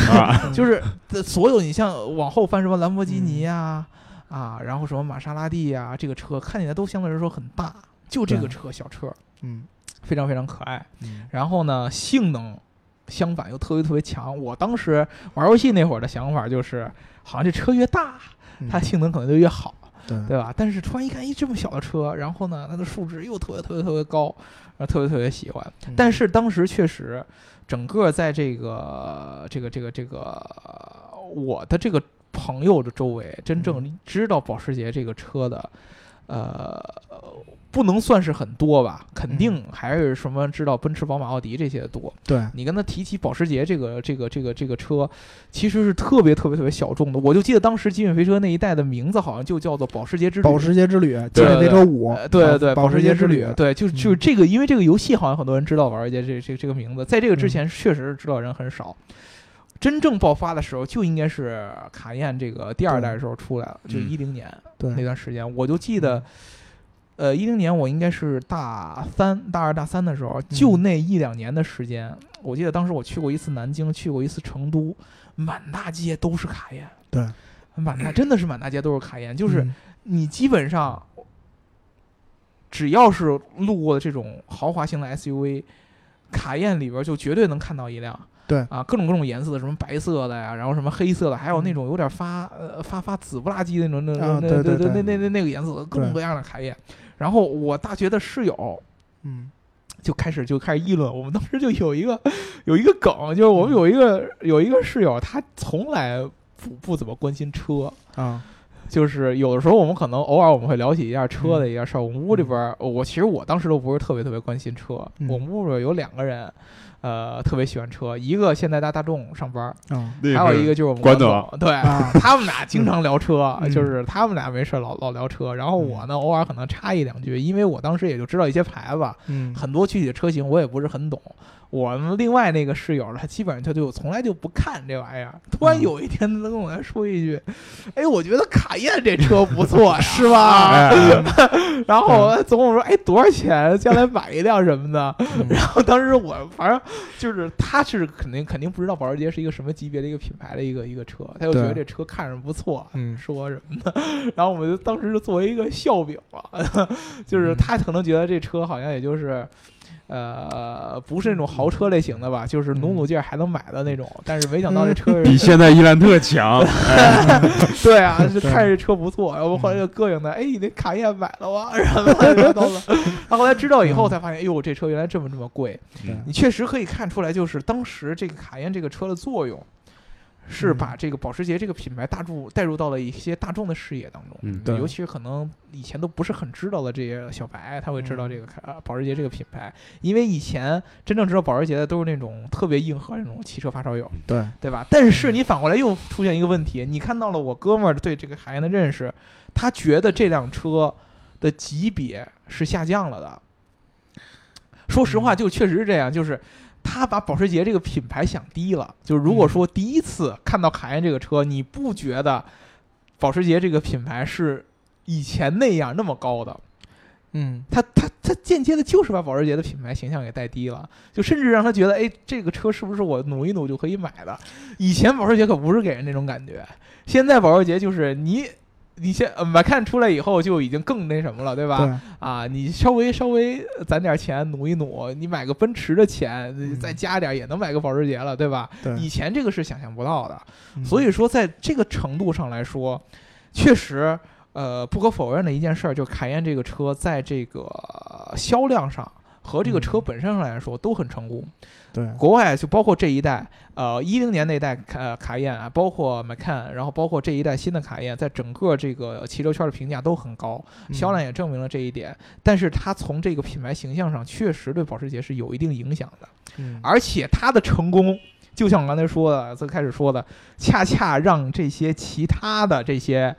啊，就是呃所有你像往后翻什么兰博基尼啊、啊，然后什么玛莎拉蒂啊，这个车看起来都相对来说很大，就这个对车小车嗯非常非常可爱。 <laughs> 嗯然后呢，性能相反又特别特别强。我当时玩游戏那会儿的想法就是，好像这车越大，嗯它性能可能就越好，对对吧？但是突然一看，一这么小的车，然后呢，它的数值又特别特别特别高，然后特别特别喜欢。嗯但是当时确实，整个在这个这个这个这个呃我的这个朋友的周围，真嗯正知道保时捷这个车的，呃，不能算是很多吧，肯嗯定还是什么知道奔驰、宝马、奥迪这些的多。对你跟他提起保时捷这个这个这个这个车，其实是特别特别特别小众的。我就记得当时极品飞车那一代的名字好像就叫做保时捷之旅。保时捷之旅、极对品飞对车五呃，对对对，保时捷捷之旅，对，就是就是嗯这个，因为这个游戏好像很多人知道保时捷这这这个名字，在这个之前确实知道人很少。真正爆发的时候，就应该是卡宴这个第二代的时候出来了，就嗯一零年那对，段时间，我就记得，呃，一零年我应该是大三、大二、大三的时候，就那一两年的时间，我记得当时我去过一次南京，去过一次成都，满大街都是卡宴，对，满大真的是满大街都是卡宴，就。就是你基本上只要是路过这种豪华型的 SUV，卡宴里边就绝对能看到一辆。对啊，各种各种颜色的，什么白色的呀，然后什么黑色的，还有那种有点发呃发发紫不拉几的那种那嗯啊那对那对那对那那那个颜色的，各种对各样的卡宴。然后我大学的室友嗯就开始就开始议论，我们当时就有一个有一个梗，就是我嗯们有一个有一个室友，他从来不不怎么关心车，啊就是有的时候我们可能偶尔我们会聊起一下车的一件事儿。我们屋里边儿，我其实我当时都不是特别特别关心车。嗯我们屋里边有两个人，呃特别喜欢车，一个现在在大众上班， <laughs> 嗯还有一个就是我们关总，对。啊，他们俩经常聊车， <laughs> 嗯就是他们俩没事儿老老聊车，然后我呢偶尔可能插一两句，因为我当时也就知道一些牌子，嗯，很多具体的车型我也不是很懂。我们另外那个室友，他基本上他就从来就不看这玩意儿。突然嗯有一天，他跟我来说一句：“哎，我觉得卡宴这车不 <laughs> 错呀，是吧？”嗯哎然后我总跟我说：“哎，多少钱？将来买一辆什么的？” <laughs> 嗯然后当时我反正就是，他是肯定肯定不知道保时捷是一个什么级别的一个品牌的一个一个车，他就觉得这对车看着不错，嗯说什么的。 <laughs> 然后我们就当时就作为一个笑柄了， <laughs> 就是他可能觉得这车好像也就是。呃，不是那种豪车类型的吧，就是努努劲儿还能买的那种，但是没想到这车是嗯比现在伊兰特强， <laughs> 对啊，就对看着车不错，然后后来就膈应他，哎，你那卡宴买了吗？然后他就到了，他后来知道以后才发现，哎呦，这车原来这么这么贵。对你确实可以看出来，就是当时这个卡宴这个车的作用，是嗯把这个保时捷这个品牌大众带入到了一些大众的视野当中。嗯，对尤其是可能以前都不是很知道的这些小白，他会知道这嗯个卡、呃保时捷这个品牌，因为以前真正知道保时捷的都是那种特别硬核那种汽车发烧友， <laughs> 对，对吧？但是你反过来又出现一个问题，你看到了我哥们儿对这个海燕的认识，他觉得这辆车的级别是下降了的。说实话，就确实是这样，就是他把保时捷这个品牌想低了。就是如果说第一次看到卡宴这个车，你不觉得保时捷这个品牌是以前那样那么高的，嗯他他他间接的就是把保时捷的品牌形象给带低了，就甚至让他觉得，哎，这个车是不是我努一努就可以买的？以前保时捷可不是给人那种感觉，现在保时捷就是你。你先呃买看出来以后就已经更那什么了，对吧？对，啊，你稍微稍微攒点钱努一努，你买个奔驰的钱，再加点也能买个保时捷了，对吧？对以前这个是想象不到的，嗯所以说，在这个程度上来说，确实，呃，不可否认的一件事儿，就是凯宴这个车在这个呃销量上和这个车嗯本身上来说都很成功。对，国外就包括这一代，呃，一零年那一代卡呃卡宴啊，包括 Macan，然后包括这一代新的卡宴，在整个这个汽车圈的评价都很高，嗯销量也证明了这一点。但是它从这个品牌形象上，确实对保时捷是有一定影响的。嗯而且他的成功，就像我刚才说的，最开始说的，恰恰让这些其他的这些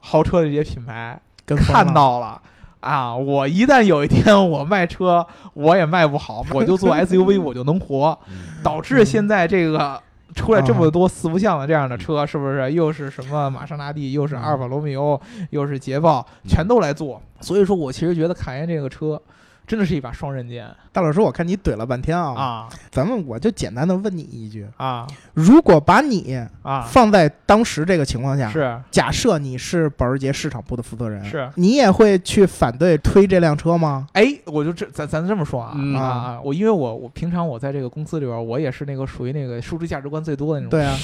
豪车的这些品牌跟风看了到了。啊！我一旦有一天我卖车，我也卖不好，我就 <laughs> 做 SUV，我就能活，嗯导致现在这个出来这么多四不像的这样的车，是不是？又是什么玛莎拉蒂，又是阿尔法罗密欧，嗯又是捷豹，全都来做。所以说我其实觉得凯宴这个车真的是一把双刃剑大老师，我看你怼了半天啊，啊咱们我就简单的问你一句：啊如果把你啊！放在当时这个情况下，是假设你是保时捷市场部的负责人，是你也会去反对推这辆车吗？哎，我就这，咱咱这么说啊、嗯啊啊！我因为我我平常我在这个公司里边儿，我也是那个属于那个输出价值观最多的那种，对啊，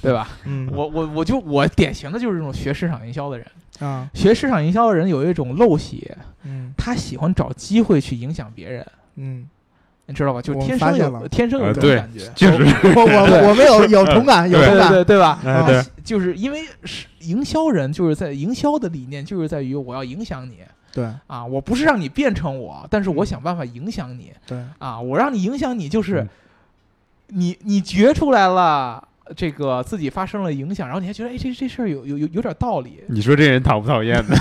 对吧？嗯，我我我就我典型的就是这种学市场营销的人，啊，学市场营销的人有一种陋习，嗯他喜欢找机会去影响别人， <laughs> 嗯，你知道吧？就我天发生现有了天生有呃这种对感觉，就是我我我们有有同感，有对同对感，对对吧？哎啊对，就是因为是营销人，就是在营销的理念就是在于我要影响你对啊，我不是让你变成我，但是我嗯想办法影响你。对，啊，我让你影响你，就是、嗯你你觉出来了，这个自己发生了影响，然后你还觉得哎，这这事儿有有有有点道 <laughs> 理 <laughs> 。你说这人讨不讨厌呢？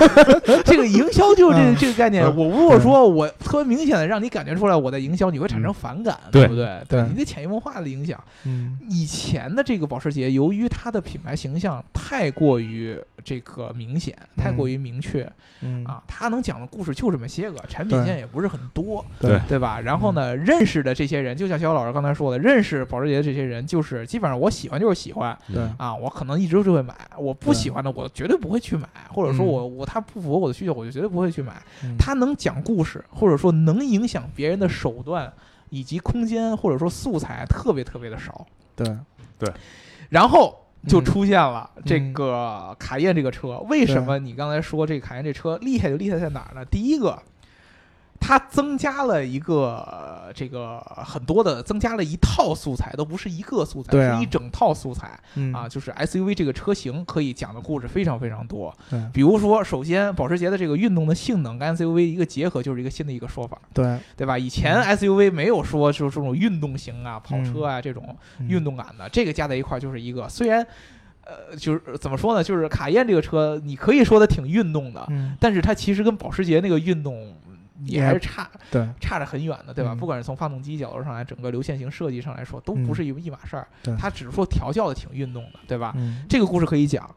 这个营销就是这个、嗯这个概念。嗯我如果说我特别明显的让你感觉出来我在营销，你会产生嗯反感，对不对？对你的潜移默化的影响。嗯以前的这个保时捷，由于它的品牌形象太过于这个明显，太过于明确、嗯啊，它能讲的故事就这么些个，产品对线也不是很多。对对吧？然嗯后呢，认识的这些人，就像小小老师刚才说的，认识保时捷的这些人，就是基本上我喜欢就是喜欢对啊，我可能一直就会买，我不对喜欢的我绝对不会去买，或者说嗯我我他不符合我的需求，我就绝对不会去买。嗯他能讲故事，或者说能影响别人的手段以及空间，或者说素材特别特别的少，对然后。就嗯出现了这嗯个卡宴这个车，为什么你刚才说这个卡宴这车厉害就厉害在哪儿呢？第一个，它增加了一个呃这个很多的，增加了一套素材，都不是一个素材，对啊是一整套素材嗯啊。，就是 SUV 这个车型可以讲的故事非常非常多。对比如说，首先保时捷的这个运动的性能跟 SUV 一个结合，就是一个新的一个说法，对，嗯对吧？以前 SUV 没有说就是这种运动型啊、跑车啊这种嗯运动感的，这个加在一块儿就是一个。虽然，呃，就是怎么说呢，就是卡宴这个车，你可以说它挺运动的，嗯，但是它其实跟保时捷那个运动也也还是差对差着很远的，对吧？嗯不管是从发动机角度上来，整个流线型设计上来说，都嗯不是一一码事儿对。它只是说调教的挺运动的，对吧？嗯，这个故事可以讲，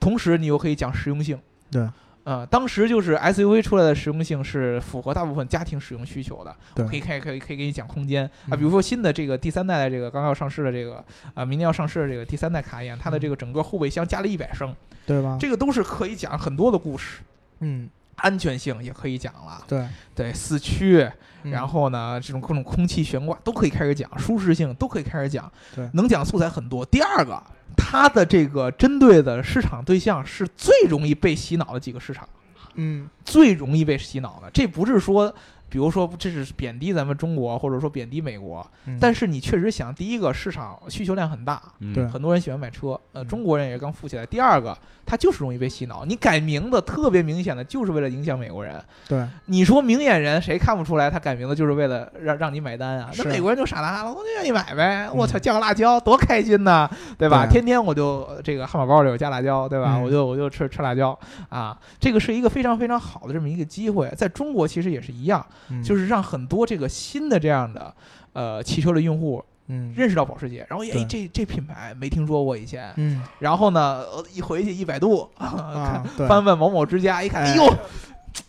同时你又可以讲实用性。对。呃，当时就是 SUV 出来的实用性是符合大部分家庭使用需求的，对可以可以可以可以给你讲空间啊，嗯比如说新的这个第三代的这个刚要上市的这个啊，明年要上市的这个第三代卡宴，它嗯的这个整个后备箱加了一百升，对吧？这个都是可以讲很多的故事，嗯，安全性也可以讲了，对，对四驱，嗯然后呢，这种各种空气悬挂都可以开始讲，舒适性都可以开始讲，对能讲素材很多。第二个，它的这个针对的市场对象是最容易被洗脑的几个市场，嗯，最容易被洗脑的。这不是说，比如说这是贬低咱们中国，或者说贬低美国，但是是你确实想，第一个市场需求量很大，嗯对很多人喜欢买车，呃，嗯中国人也刚富起来。第二个，它就是容易被洗脑，你改名字特别明显的就是为了影响美国人。对，你说明眼人谁看不出来？他改名字就是为了让让你买单啊！那是美国人就傻啦啦，我就愿意买呗！嗯我操，酱个辣椒多开心呐，对吧？对啊天天我就呃这个汉堡包里有加辣椒，对吧？嗯我就我就吃吃辣椒啊！这个是一个非常非常好的这么一个机会，在中国其实也是一样，嗯就是是让很多这个新的这样的呃汽车的用户嗯认识到保时捷，然后哎对这这品牌没听说过以前，嗯然后呢呃一回去一百度啊啊，，对，翻翻某某之家一看，哎哎呦。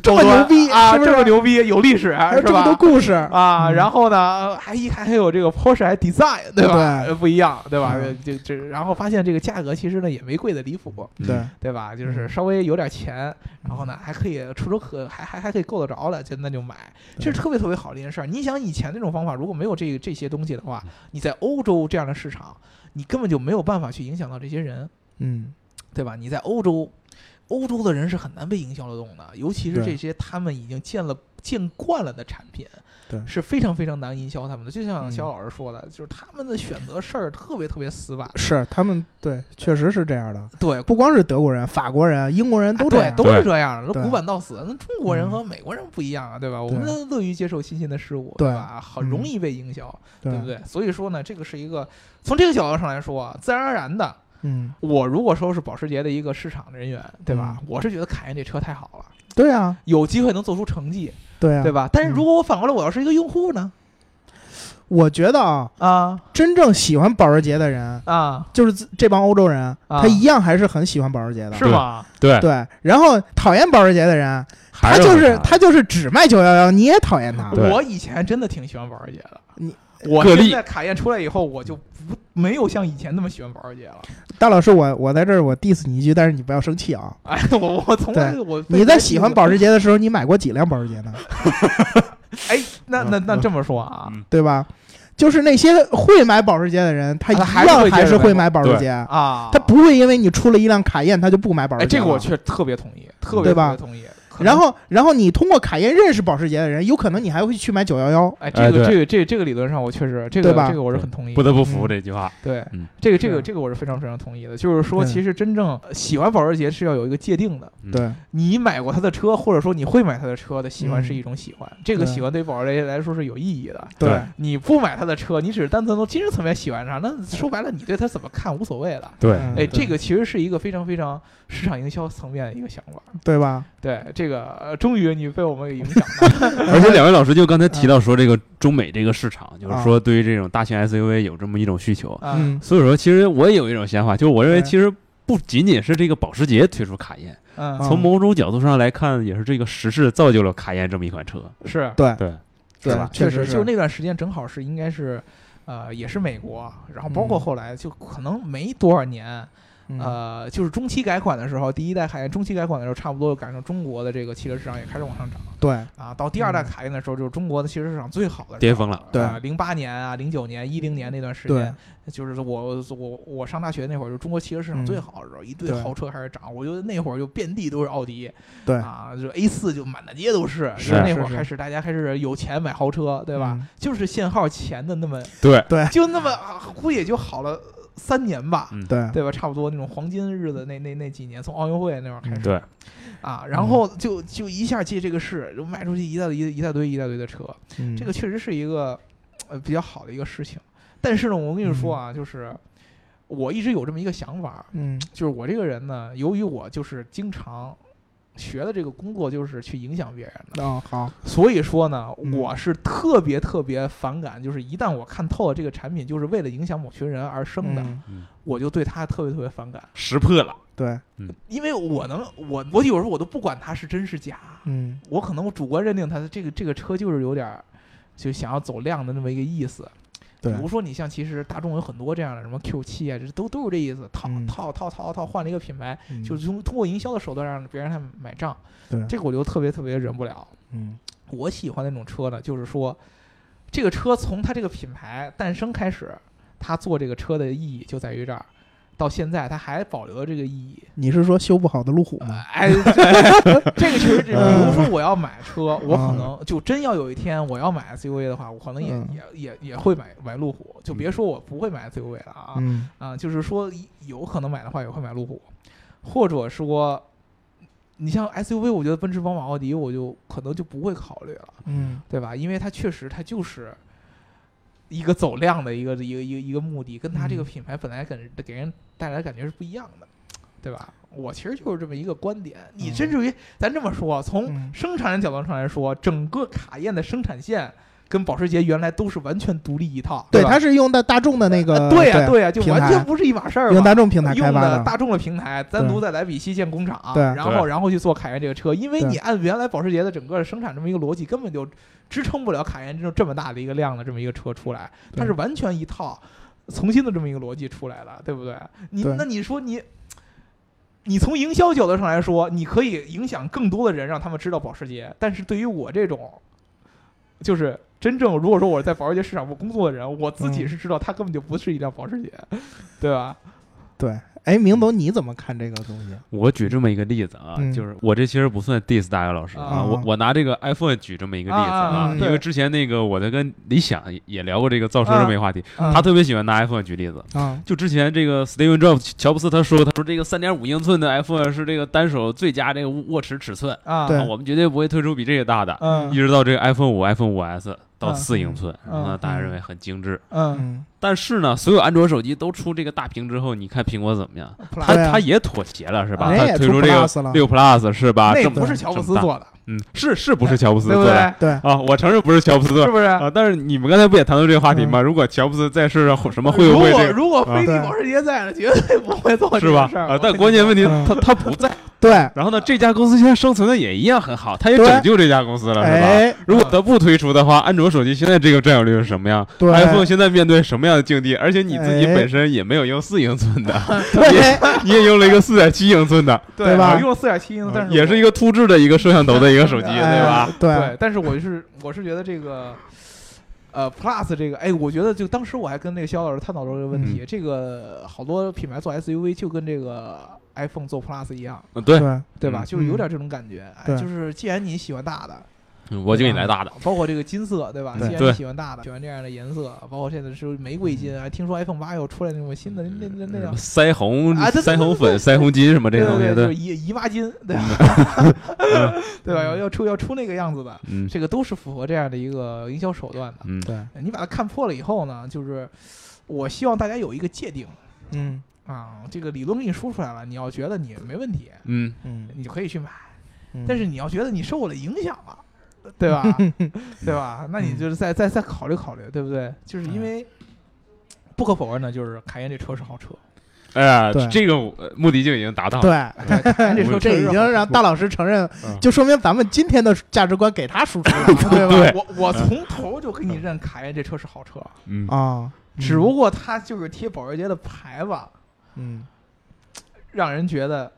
这么多牛逼啊，是不是这么牛逼，有历史还有是这么多吧？故事，啊，嗯然后呢，还一看还有这个 Porsche 还 design <laughs> 对吧？对呃不一样对吧嗯？这这，然后发现这个价格其实呢也没贵的离谱，对，对吧？就是嗯稍微有点钱，然后呢还可以触手可还还还可以够得着了，就那就买，这是特别特别好的一件事儿。你想以前那种方法，如果没有这这些东西的嗯话，你在欧洲这样的市场，你根本就没有办法去影响到这些人。嗯，对吧？你在欧洲，欧洲的人是很难被影响得动的，尤其是对这些他们已经见了。见惯了的产品，对是非常非常难营销他们的。就像嗯肖老师说的，就是他们的选择事儿特别特别死板，是他们对，确实是这样的，对，不光是德国人、法国人、英国人都这啊对样，都是这样的，对都古板到死。那中国人嗯和美国人不一样啊，对吧？我们对都乐于接受新鲜的事物，对嗯吧？很容易被影响，对不对，对？所以说呢，这个是一个从这个角度上来说啊，自然而然的，嗯，我如果说是保时捷的一个市场人员，对吧？我是觉得凯宴这车太好了。对啊，有机会能做出成绩，对啊对，吧？但是如果我反过来，我要是一个用户呢？我觉得啊，啊真正喜欢保时捷的人，啊，就是自这帮欧洲人，啊他一样还是很喜欢保时捷的，是吗？对，对，然后讨厌保时捷的人，还他就是很他就是只卖九幺幺，你也讨厌他，对我以前真的挺喜欢保时捷的，啊你我个例现在卡宴出来以后，我就不没有像以前那么喜欢保时捷了。 <laughs> 大老师，我我在这儿我 diss 你一句，但是你不要生气啊！哎，我我从来我你在喜欢保时捷的时候，你买过几辆保时捷呢？哎，那那那嗯这么说啊嗯对吧？就是那些会买保时捷的人，他一啊还是样会接还着是买会保买保时捷，啊，嗯他不会因为你出了一辆卡宴，他就不买保哎，时捷这了。个我确特别同意，特别对特吧别同意。可能然后，然后你通过卡宴认识保时捷的人，有可能你还会去买九幺幺。哎，这哎对个这个这个这个理论上，我确实这个对吧这个我是很同意的不。得不服这句话。对嗯，这个这是啊嗯个这个我是非常非常同意的，就是说，对其实真正喜欢保时捷是要有一个界定的。嗯对你买过他的车，或者说你会买他的车的喜欢嗯是一种喜欢，这个对喜欢对保时捷来说是有意义的。对对你不买他的车，你只是单纯从精神层面喜欢上，那说白了，你对他怎么看无所谓了。对，嗯哎，这个其实是一个非常非常市场营销层面的一个想法。对吧？对，这个呃终于你被我们给影响 <laughs> 到了。而且两位老师就刚才提到说这个中美这个市场，就是嗯啊说对于这种大型 SUV 有这么一种需求。啊嗯，所以说，其实我也有一种想法，就是我认为对其实不仅仅是这个保时捷推出卡宴，嗯，啊从某种角度上来看，也是这个时势造就了卡宴这么一款车。是对对，对是吧，确实实，就是那段时间正好是应该是，呃，也是美国，然后包括后来就可能没多少年，嗯呃，就是中期改款的时候，第一代凯宴中期改款的时候，差不多赶上中国的这个汽车市场也开始往上涨对，啊。到第二代嗯凯宴的时候，就是中国的汽车市场最好的巅峰了。对零八年啊，零九年、一零年那段时对间，就是我我我上大学那会儿，就中国汽车市场最嗯好的时候，一堆对豪车开始涨。我觉得那会儿就遍地都是奥迪，对啊，就 A 四就满大街都是。就是那会儿是是开始大家开始有钱买豪车，对吧？嗯？就是限号前的那么对，就那么啊估计也就好了三年吧，嗯对，对吧？差不多那种黄金日子那那那几年，从奥运会那会儿开始，嗯对啊，然后就就一下借这个势，就卖出去一大堆一大堆一大堆的车，嗯这个确实是一个呃比较好的一个事情。但是呢，我跟你说啊，就是我一直有这么一个想法，嗯就是我这个人呢，由于我就是经常。学的这个工作就是去影响别人的，哦好，所以说呢，嗯我是特别特别反感，就是一旦我看透了这个产品就是为了影响某群人而生的，嗯我就对它特别特别反感，识破了，对，因为我能，我我有时候我都不管它是真是假，嗯我可能我主观认定它的这个这个车就是有点儿，就想要走量的那么一个意思。比对，如说你像其实大众有很多这样的什么 Q 七啊，这都都是这意思，套嗯套套套套换了一个品牌，嗯就是通通过营销的手段让别人来买账，对这个我就特别特别忍不了。嗯我喜欢那种车呢，就是说，这个车从它这个品牌诞生开始，它做这个车的意义就在于这儿，到现在它还保留了这个意义。你是说修不好的路虎吗？哎，这个确实是这样。比如嗯说我要买车，我可能就真要有一天我要买 SUV 的话，我可能也嗯也也也会买买路虎，就别说我不会买 SUV 了啊。嗯啊，就是说有可能买的话也会买路虎，或者说，你像 SUV，我觉得奔驰、宝马、奥迪，我就可能就不会考虑了，嗯对吧？因为它确实它就是一个走量的一个一个一个一个目的，跟它这个嗯品牌本来给人给人带来的感觉是不一样的，对吧？我其实就是这么一个观点。你甚至于咱这么说，从嗯生产的角度上来说，整个卡宴的生产线跟保时捷原来都是完全独立一套，对，吧它是用的大众的那个呃对呀、呀对呀、就平完台全不是一码事儿用嘛。大众平台开用发的的，大众的平台，单独在莱比锡建工厂，对然后对然后去做凯宴这个车，因为对你按原来保时捷的整个生产这么一个逻辑，根本就支撑不了凯宴这种这么大的一个量的这么一个车出来，对它是完全一套重新的这么一个逻辑出来了，对不对？你对那你说你。你从营销角度上来说，你可以影响更多的人，让他们知道保时捷。但是对于我这种，就是真正如果说我在保时捷市场部工作的人，我自己嗯是知道它根本就不是一辆保时捷，对吧？对。哎，明总你怎么看这个东西？我举这么一个例子啊，嗯就是我这其实不算 diss 大姚老师啊我我拿这个 iPhone 举这么一个例子啊啊啊因为对之前那个我在跟李想也聊过这个造车这么一个话题，嗯他特别喜欢拿 iPhone 举例子。啊，就之前这个 Steven Jobs 乔布斯他说，他说这个三点五英寸的 iPhone 是这个单手最佳这个握持尺寸，啊，对啊我们绝对不会推出比这个大的。一嗯直到这个 iPhone 五、iPhone 五 S 到嗯四英寸，嗯然后呢，嗯大家认为很精致。嗯，嗯，但是呢，所有安卓手机都出这个大屏之后，你看苹果怎么样？它它对啊它也妥协了，是啊吧？人它也推出出这个 Plus 了六 Plus 是吧？那啊这个么不是乔布斯做的，嗯，是是不是乔布斯对不做对？的对，啊？我承认不是乔布斯做是的不是？啊，但是你们刚才不也谈论这个话题吗？如果乔布斯在世上会什么会如不果会这个如果飞地对保时捷在呢，绝对不会做这是吧个？事儿。啊，我但跟关你键说问题嗯他他不在，对，然后呢，这家公司现在生存的也一样很好，他也对拯救这家公司了，是吧？哎，如果它不推出的话，安卓手机现在这个占有率是什么样对？iPhone 现在面对什么样的境地？而且你自己哎本身也没有用四英寸 <laughs> 的，对，你也用了一个四点七英寸的，对吧我用四点七英，但是啊 <laughs> 也是一个个凸置的一个摄像头的一个手机，哎对啊吧？对对，但是我是我是觉得这个。呃，Plus 这个，哎，我觉得就当时我还跟那个肖老师探讨过这个问嗯题，这个好多品牌做 SUV 就跟这个 iPhone 做 Plus 一样，嗯对，对，对吧？嗯就是有点这种感觉，哎，对就是既然你喜欢大的，嗯我就给你来大的，包括这个金色，对吧？对既然你对喜欢大的，喜欢这样的颜色，包括现在是玫瑰金，还听说 iPhone 八又出来那种新的那那那那什样么，腮红、啊对对对腮红粉、腮红金什么这对些东对对，西，就是对，姨姨妈 <laughs> 巾，对吧？对吧？要要出要出那个样子的，嗯这个都是符合这样的一个营销手段的。嗯，对，你把它看破了以后呢，就是我希望大家有一个界定嗯啊，这个理论给你说出来了，你要觉得你没问题，嗯，嗯，你就可以去买，嗯但是你要觉得你受我的影响了， <laughs> 对吧？对吧？那你就是再嗯再再考虑考虑，对不对？就是因哎为不可否认的，就是凯宴这车是好车，哎呀对，这个我目的就已经达到了，对，凯宴这车我哎确这实已是经好车让大老师承认啊嗯，就说明咱们今天的价值观给他输出 <laughs> 了，对吧？对我我从头就给你认凯宴这车是好车，嗯，啊，只不过它就是贴保时捷的牌子，嗯，让人觉得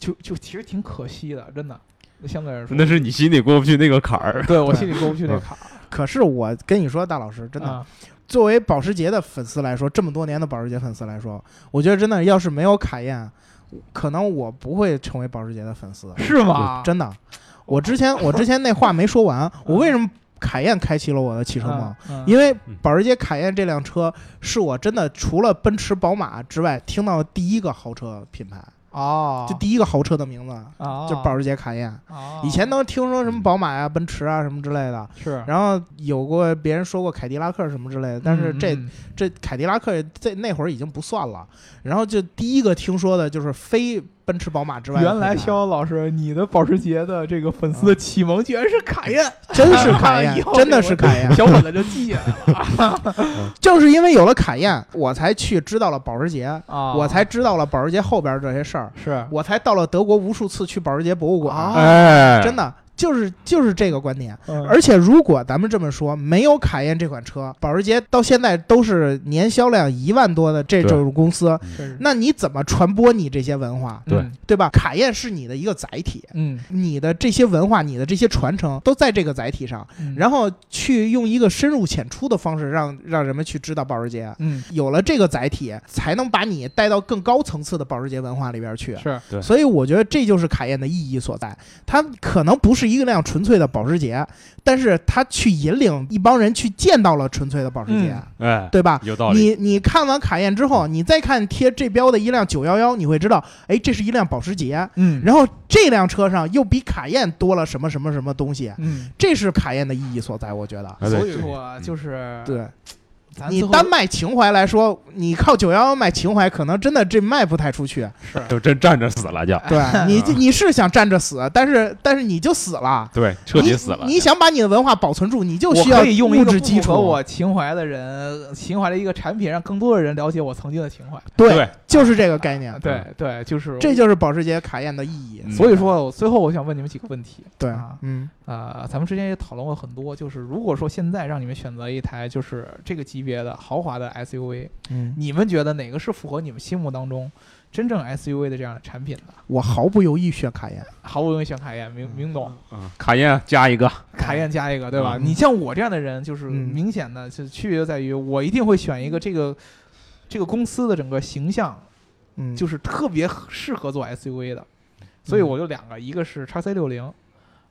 就就其实挺可惜的，真的。相对来说，那是你心里过不去那个坎儿。对我心里过不去那嗯坎儿，可是我跟你说，大老师，真的，啊作为保时捷的粉丝来说，这么多年的保时捷粉丝来说，我觉得真的，要是没有卡宴，可能我不会成为保时捷的粉丝。是吗？真的，我之前我之前那话没说完，我为什么卡宴开启了我的汽车梦？嗯，因为嗯保时捷卡宴这辆车是我真的除了奔驰、宝马之外听到的第一个豪车品牌，哦，就第一个豪车的名字啊，就是保时捷卡宴。哦以前都听说什么宝马呀、奔驰啊什么之类的，是，然后有过别人说过凯迪拉克什么之类的，但是嗯这嗯这凯迪拉克这那会儿已经不算了。然后就第一个听说的就是非奔驰、宝马之外的品牌，原来肖老师，你的保时捷的这个粉丝的启蒙居然是卡宴，真 <laughs> 是卡以宴后，真的是卡宴，小伙子就记 <laughs> 下来了就是因为有了卡宴，我才去知道了保时捷，啊我才知道了保时捷后边这些事儿，是我才到了德国无数次去保时捷博物馆，啊哎，真的就是就是这个观点。而嗯而且，如果咱们这么说，没有卡宴这款车，保时捷到现在都是年销量一万多的这对种公司，是那你怎么传播你这些文化，对嗯对吧？卡宴是你的一个载体，嗯，你的这些文化，你的这些传承都在这个载体上，嗯然后去用一个深入浅出的方式让让人们去知道保时捷。啊嗯有了这个载体，才能把你带到更高层次的保时捷文化里边去。是对所以我觉得这就是卡宴的意义所在。它可能不是一辆纯粹的保时捷，但是它去引领一帮人去见到了纯粹的保时捷，嗯哎，对吧？有道理。你你看完卡宴之后，你再看贴这标的一辆九幺幺，你会知道，哎，这是一辆保时捷。嗯然后这辆车上又比卡宴多了什么什么什么东西，嗯，这是卡宴的意义所在，我觉得。哎对所以说啊嗯就是对咱你最后单卖情怀来说，你靠九幺幺卖情怀，可能真的这卖不太 <laughs> 出去。是就真站着死了哎就，对你，嗯你是想站着死，但是但是你就死了，对，彻底死了。你。你想把你的文化保存住，你就我需要可以用一物个质不基符合础。我情怀的人，情怀的一个产品，让更多的人了解我曾经的情怀。对对，就是这个概念。对对，就是嗯这就是保时捷卡宴的意义。嗯所以说，我最后我想问你们几个问题。对啊，嗯呃，咱们之前也讨论过很多，就是如果说现在让你们选择一台就是这个级别的豪华的 SUV，嗯，你们觉得哪个是符合你们心目当中真正 SUV 的这样的产品的？我毫不犹豫选卡宴。毫不犹豫选卡宴，明明懂，嗯卡宴加一个，卡宴加一个，对吧？嗯你像我这样的人，就是嗯明显的，就区别就在于我一定会选一个这个这个公司的整个形象，嗯，就是特别适合做 SUV 的，所以我就两个，一个是 x C 六零。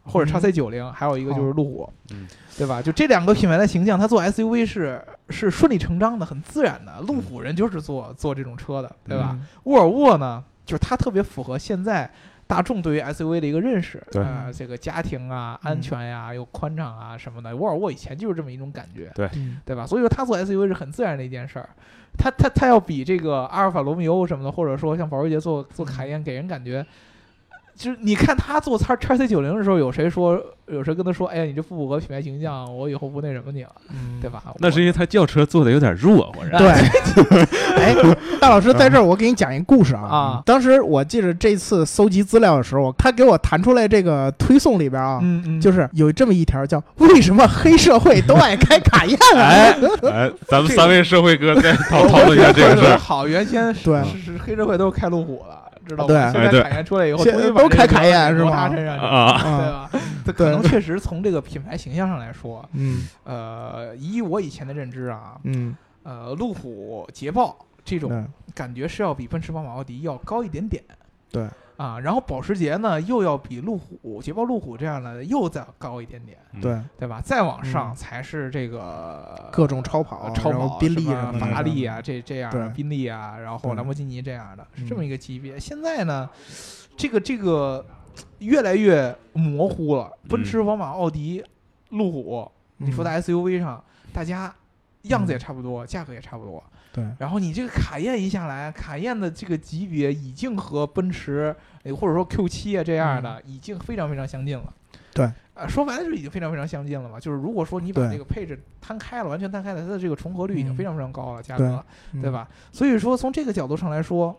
或嗯者 x C 九零，还有一个就是路虎，嗯对吧？就这两个品牌的形象，它做 SUV 是是顺理成章的，很自然的。路虎人就是做做这种车的，对吧？嗯？沃尔沃呢，就是它特别符合现在大众对于 SUV 的一个认识，对呃，这个家庭啊、嗯安全呀、又宽敞啊什么的。沃尔沃以前就是这么一种感觉，嗯对吧？所以说它做 SUV 是很自然的一件事儿。它它它要比这个阿尔法罗密欧什么的，或者说像保时捷做做卡嗯宴，给人感觉。就是你看他做叉叉 C 九零的时候，有谁说有谁跟他说，哎呀，你这不符合品牌形象，我以后不那什么你了，嗯对？吧？那是因为他轿车做的有点弱 <laughs> 乎，人对，哎，大老师在这儿，我给你讲一个故事啊。啊当时我记得这次搜集资料的时候，他给我弹出来这个推送里边啊，嗯嗯，就是有这么一条叫“为什么黑社会都爱开卡宴啊哎哎，咱们三位社会哥再讨讨论一下这个 <laughs> 事儿。好，原先是对是是黑社会都是开路虎了，知道吗？对现哎对在凯宴出来以后，现终于把都开这个凯宴东西是挪吗他身上去了，啊， <laughs> 对吧？啊？这可对能确实从这个品牌形象上来说，嗯呃，以我以前的认知啊，嗯，呃，路虎、捷豹这种对感觉是要比奔驰、宝马、奥迪要高一点点。对。啊，然后保时捷呢，又要比路虎、捷豹、路虎这样的又再高一点点，对，对吧？再往上嗯才是这个呃各种超跑，超然跑后、宾利什么什么法拉的嗯利啊，，这这样的对宾利啊，然后对兰博基尼这样的，是嗯这么一个级别。现在呢，这个这个越来越模糊了。嗯奔驰、宝马、奥迪、路虎，你说的在 SUV 上，大家样子也差不多，价格也差不多。嗯对，然后你这个卡宴一下来，卡宴的这个级别已经和奔驰呃或者说 Q 七啊这样的、已经非常非常相近了。嗯对，呃，说白了就已经非常非常相近了嘛。就是如果说你把对这个配置摊开了，完全摊开了，它的这个重合率已经嗯非常非常高了，价对嗯格，对？吧？所以说从这个角度上来说，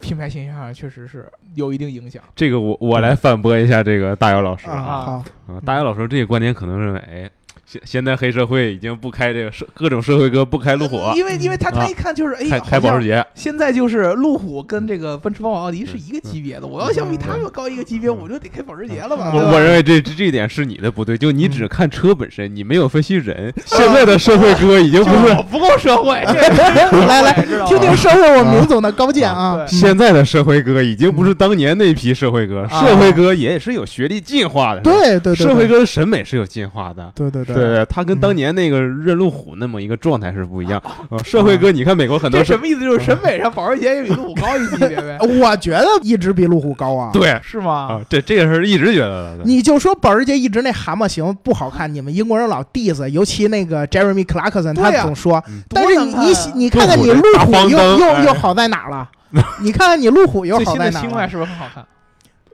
品牌形象上确实是有一定影响。这个我我来反驳一下这个大姚老师啊，啊 <laughs> 好，嗯大姚老师这个观点可能认为，哎，现现在黑社会已经不开这个社各种社会哥不开路虎了，因为因为他他啊一看就是嗯哎，开好开保时像捷，现在就是路虎跟这个奔驰、宝马、奥迪是一个级别的，我要想比他们高一个级别，嗯我就得开保时捷了吧？嗯对吧我我认为这这这一点是你的不对，就你只看车本身，你没有分析人。现在的社会哥已经就不是是嗯我不够社会， <laughs> 来来知道吗听听社会我明总的高见啊！嗯现在的社会哥已经不是当年那批社会哥，啊社会哥也是有学历进化的，对对对，社会哥的审美是有进化的。对对？对，对，他跟当年那个认路虎那么一个状态是不一样。呃社会哥，你看美国很这多什是，么意思？就是审美上保时捷也比路虎高一级别呗 <laughs> 我觉得一直比路虎高啊。对是吗啊？，这这个是一直觉得的。你就说保时捷一直那蛤蟆形不好看，你们英国人老 diss，尤其那个 Jeremy Clarkson，对呀他总说嗯。但是你多难看啊你你看看你路路虎虎的大黄又灯又哎又好在哪儿了？ <laughs> 你看看你路虎又最好新在的哪儿星了迈？是不是很好看？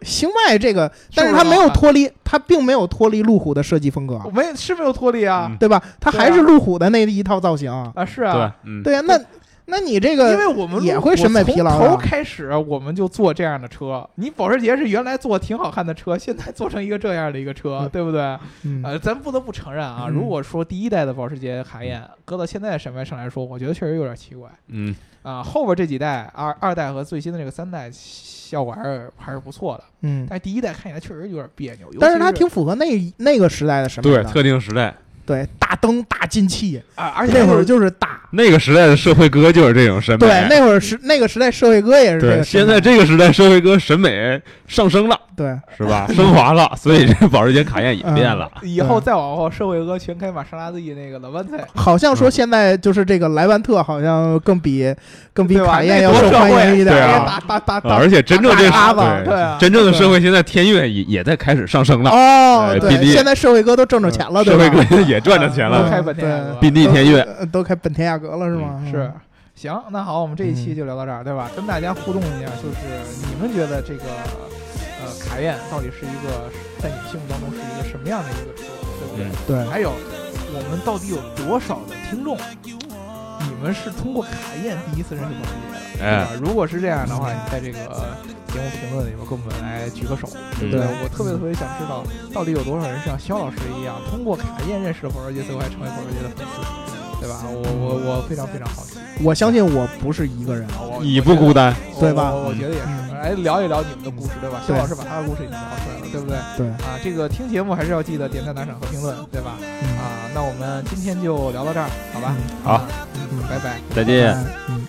星迈这个，但是不是是它没好有看脱离，它并没有脱离路虎的设计风格我，没是没有脱离啊嗯对吧？它对还啊是路虎的那一套造型啊。啊是对啊，，嗯，对呀，那那你这个因为我们也路会我审美疲劳啊从头的开始我们就做这样的车，你保时捷是原来做挺好看的车，现在做成一个这样的一个车嗯，对不对？嗯呃，咱不得不承认啊，嗯如果说第一代的保时捷卡宴搁到现在的审美上来说，我觉得确实有点奇怪嗯，啊。后边这几代二二代和最新的这个三代效果还是还是不错的，嗯，但是第一代看起来确实有点别扭，尤但是其它挺符合那那个时代的审美对，的，特定时代，对，大灯大进气，啊，而且那会就儿是就是大。那个时代的社会哥就是这种审美。嗯对，那会儿是那个时代，社会哥也是这对，个审现美。在这个时代社会哥审美上升了，对，是吧？升华了，所以这保时捷卡宴也变了。以嗯后再往后，社会哥全开玛莎拉蒂那个了，弯菜好像说现在就是这个莱万特好像更比嗯更比对吧卡宴那要多受社欢会迎一点对儿。啊大大大啊大而且真正这大嘎对啊对真正的社会，现在天悦也也在开始上升了，哦，哎比对，利现在社会哥都挣着钱了，对社会哥吧？也赚着钱啊都了，开本田了宾利都天悦嗯呃都开本田雅阁了是吗？嗯是。行，那好，我们这一期就聊到这儿，对吧？跟大家互动一下，就是你们觉得这个呃卡宴到底是一个在你们心目当中是一个什么样的一个车，对不对？对，还有我们到底有多少的听众，你们是通过卡宴第一次认识保时捷的？对哎吧，？如果是这样的话，你在这个节目评论里面给我们来举个手，对不对？对我特别特别想知道，到底有多少人是像肖老师一样，通过卡宴认识了保时捷，最后还成为保时捷的粉丝，对吧？我我我非常非常好奇，我相信我不是一个人。我你不孤，单，我对吧我我觉得也是，来聊一聊你们的故事，对吧？肖对老师把他的故事已经聊出来了，对不对？对，啊，这个听节目还是要记得点赞、打赏和评论，对吧？嗯啊啊，那我们今天就聊到这儿，好吧？嗯好嗯，拜拜。再见。嗯。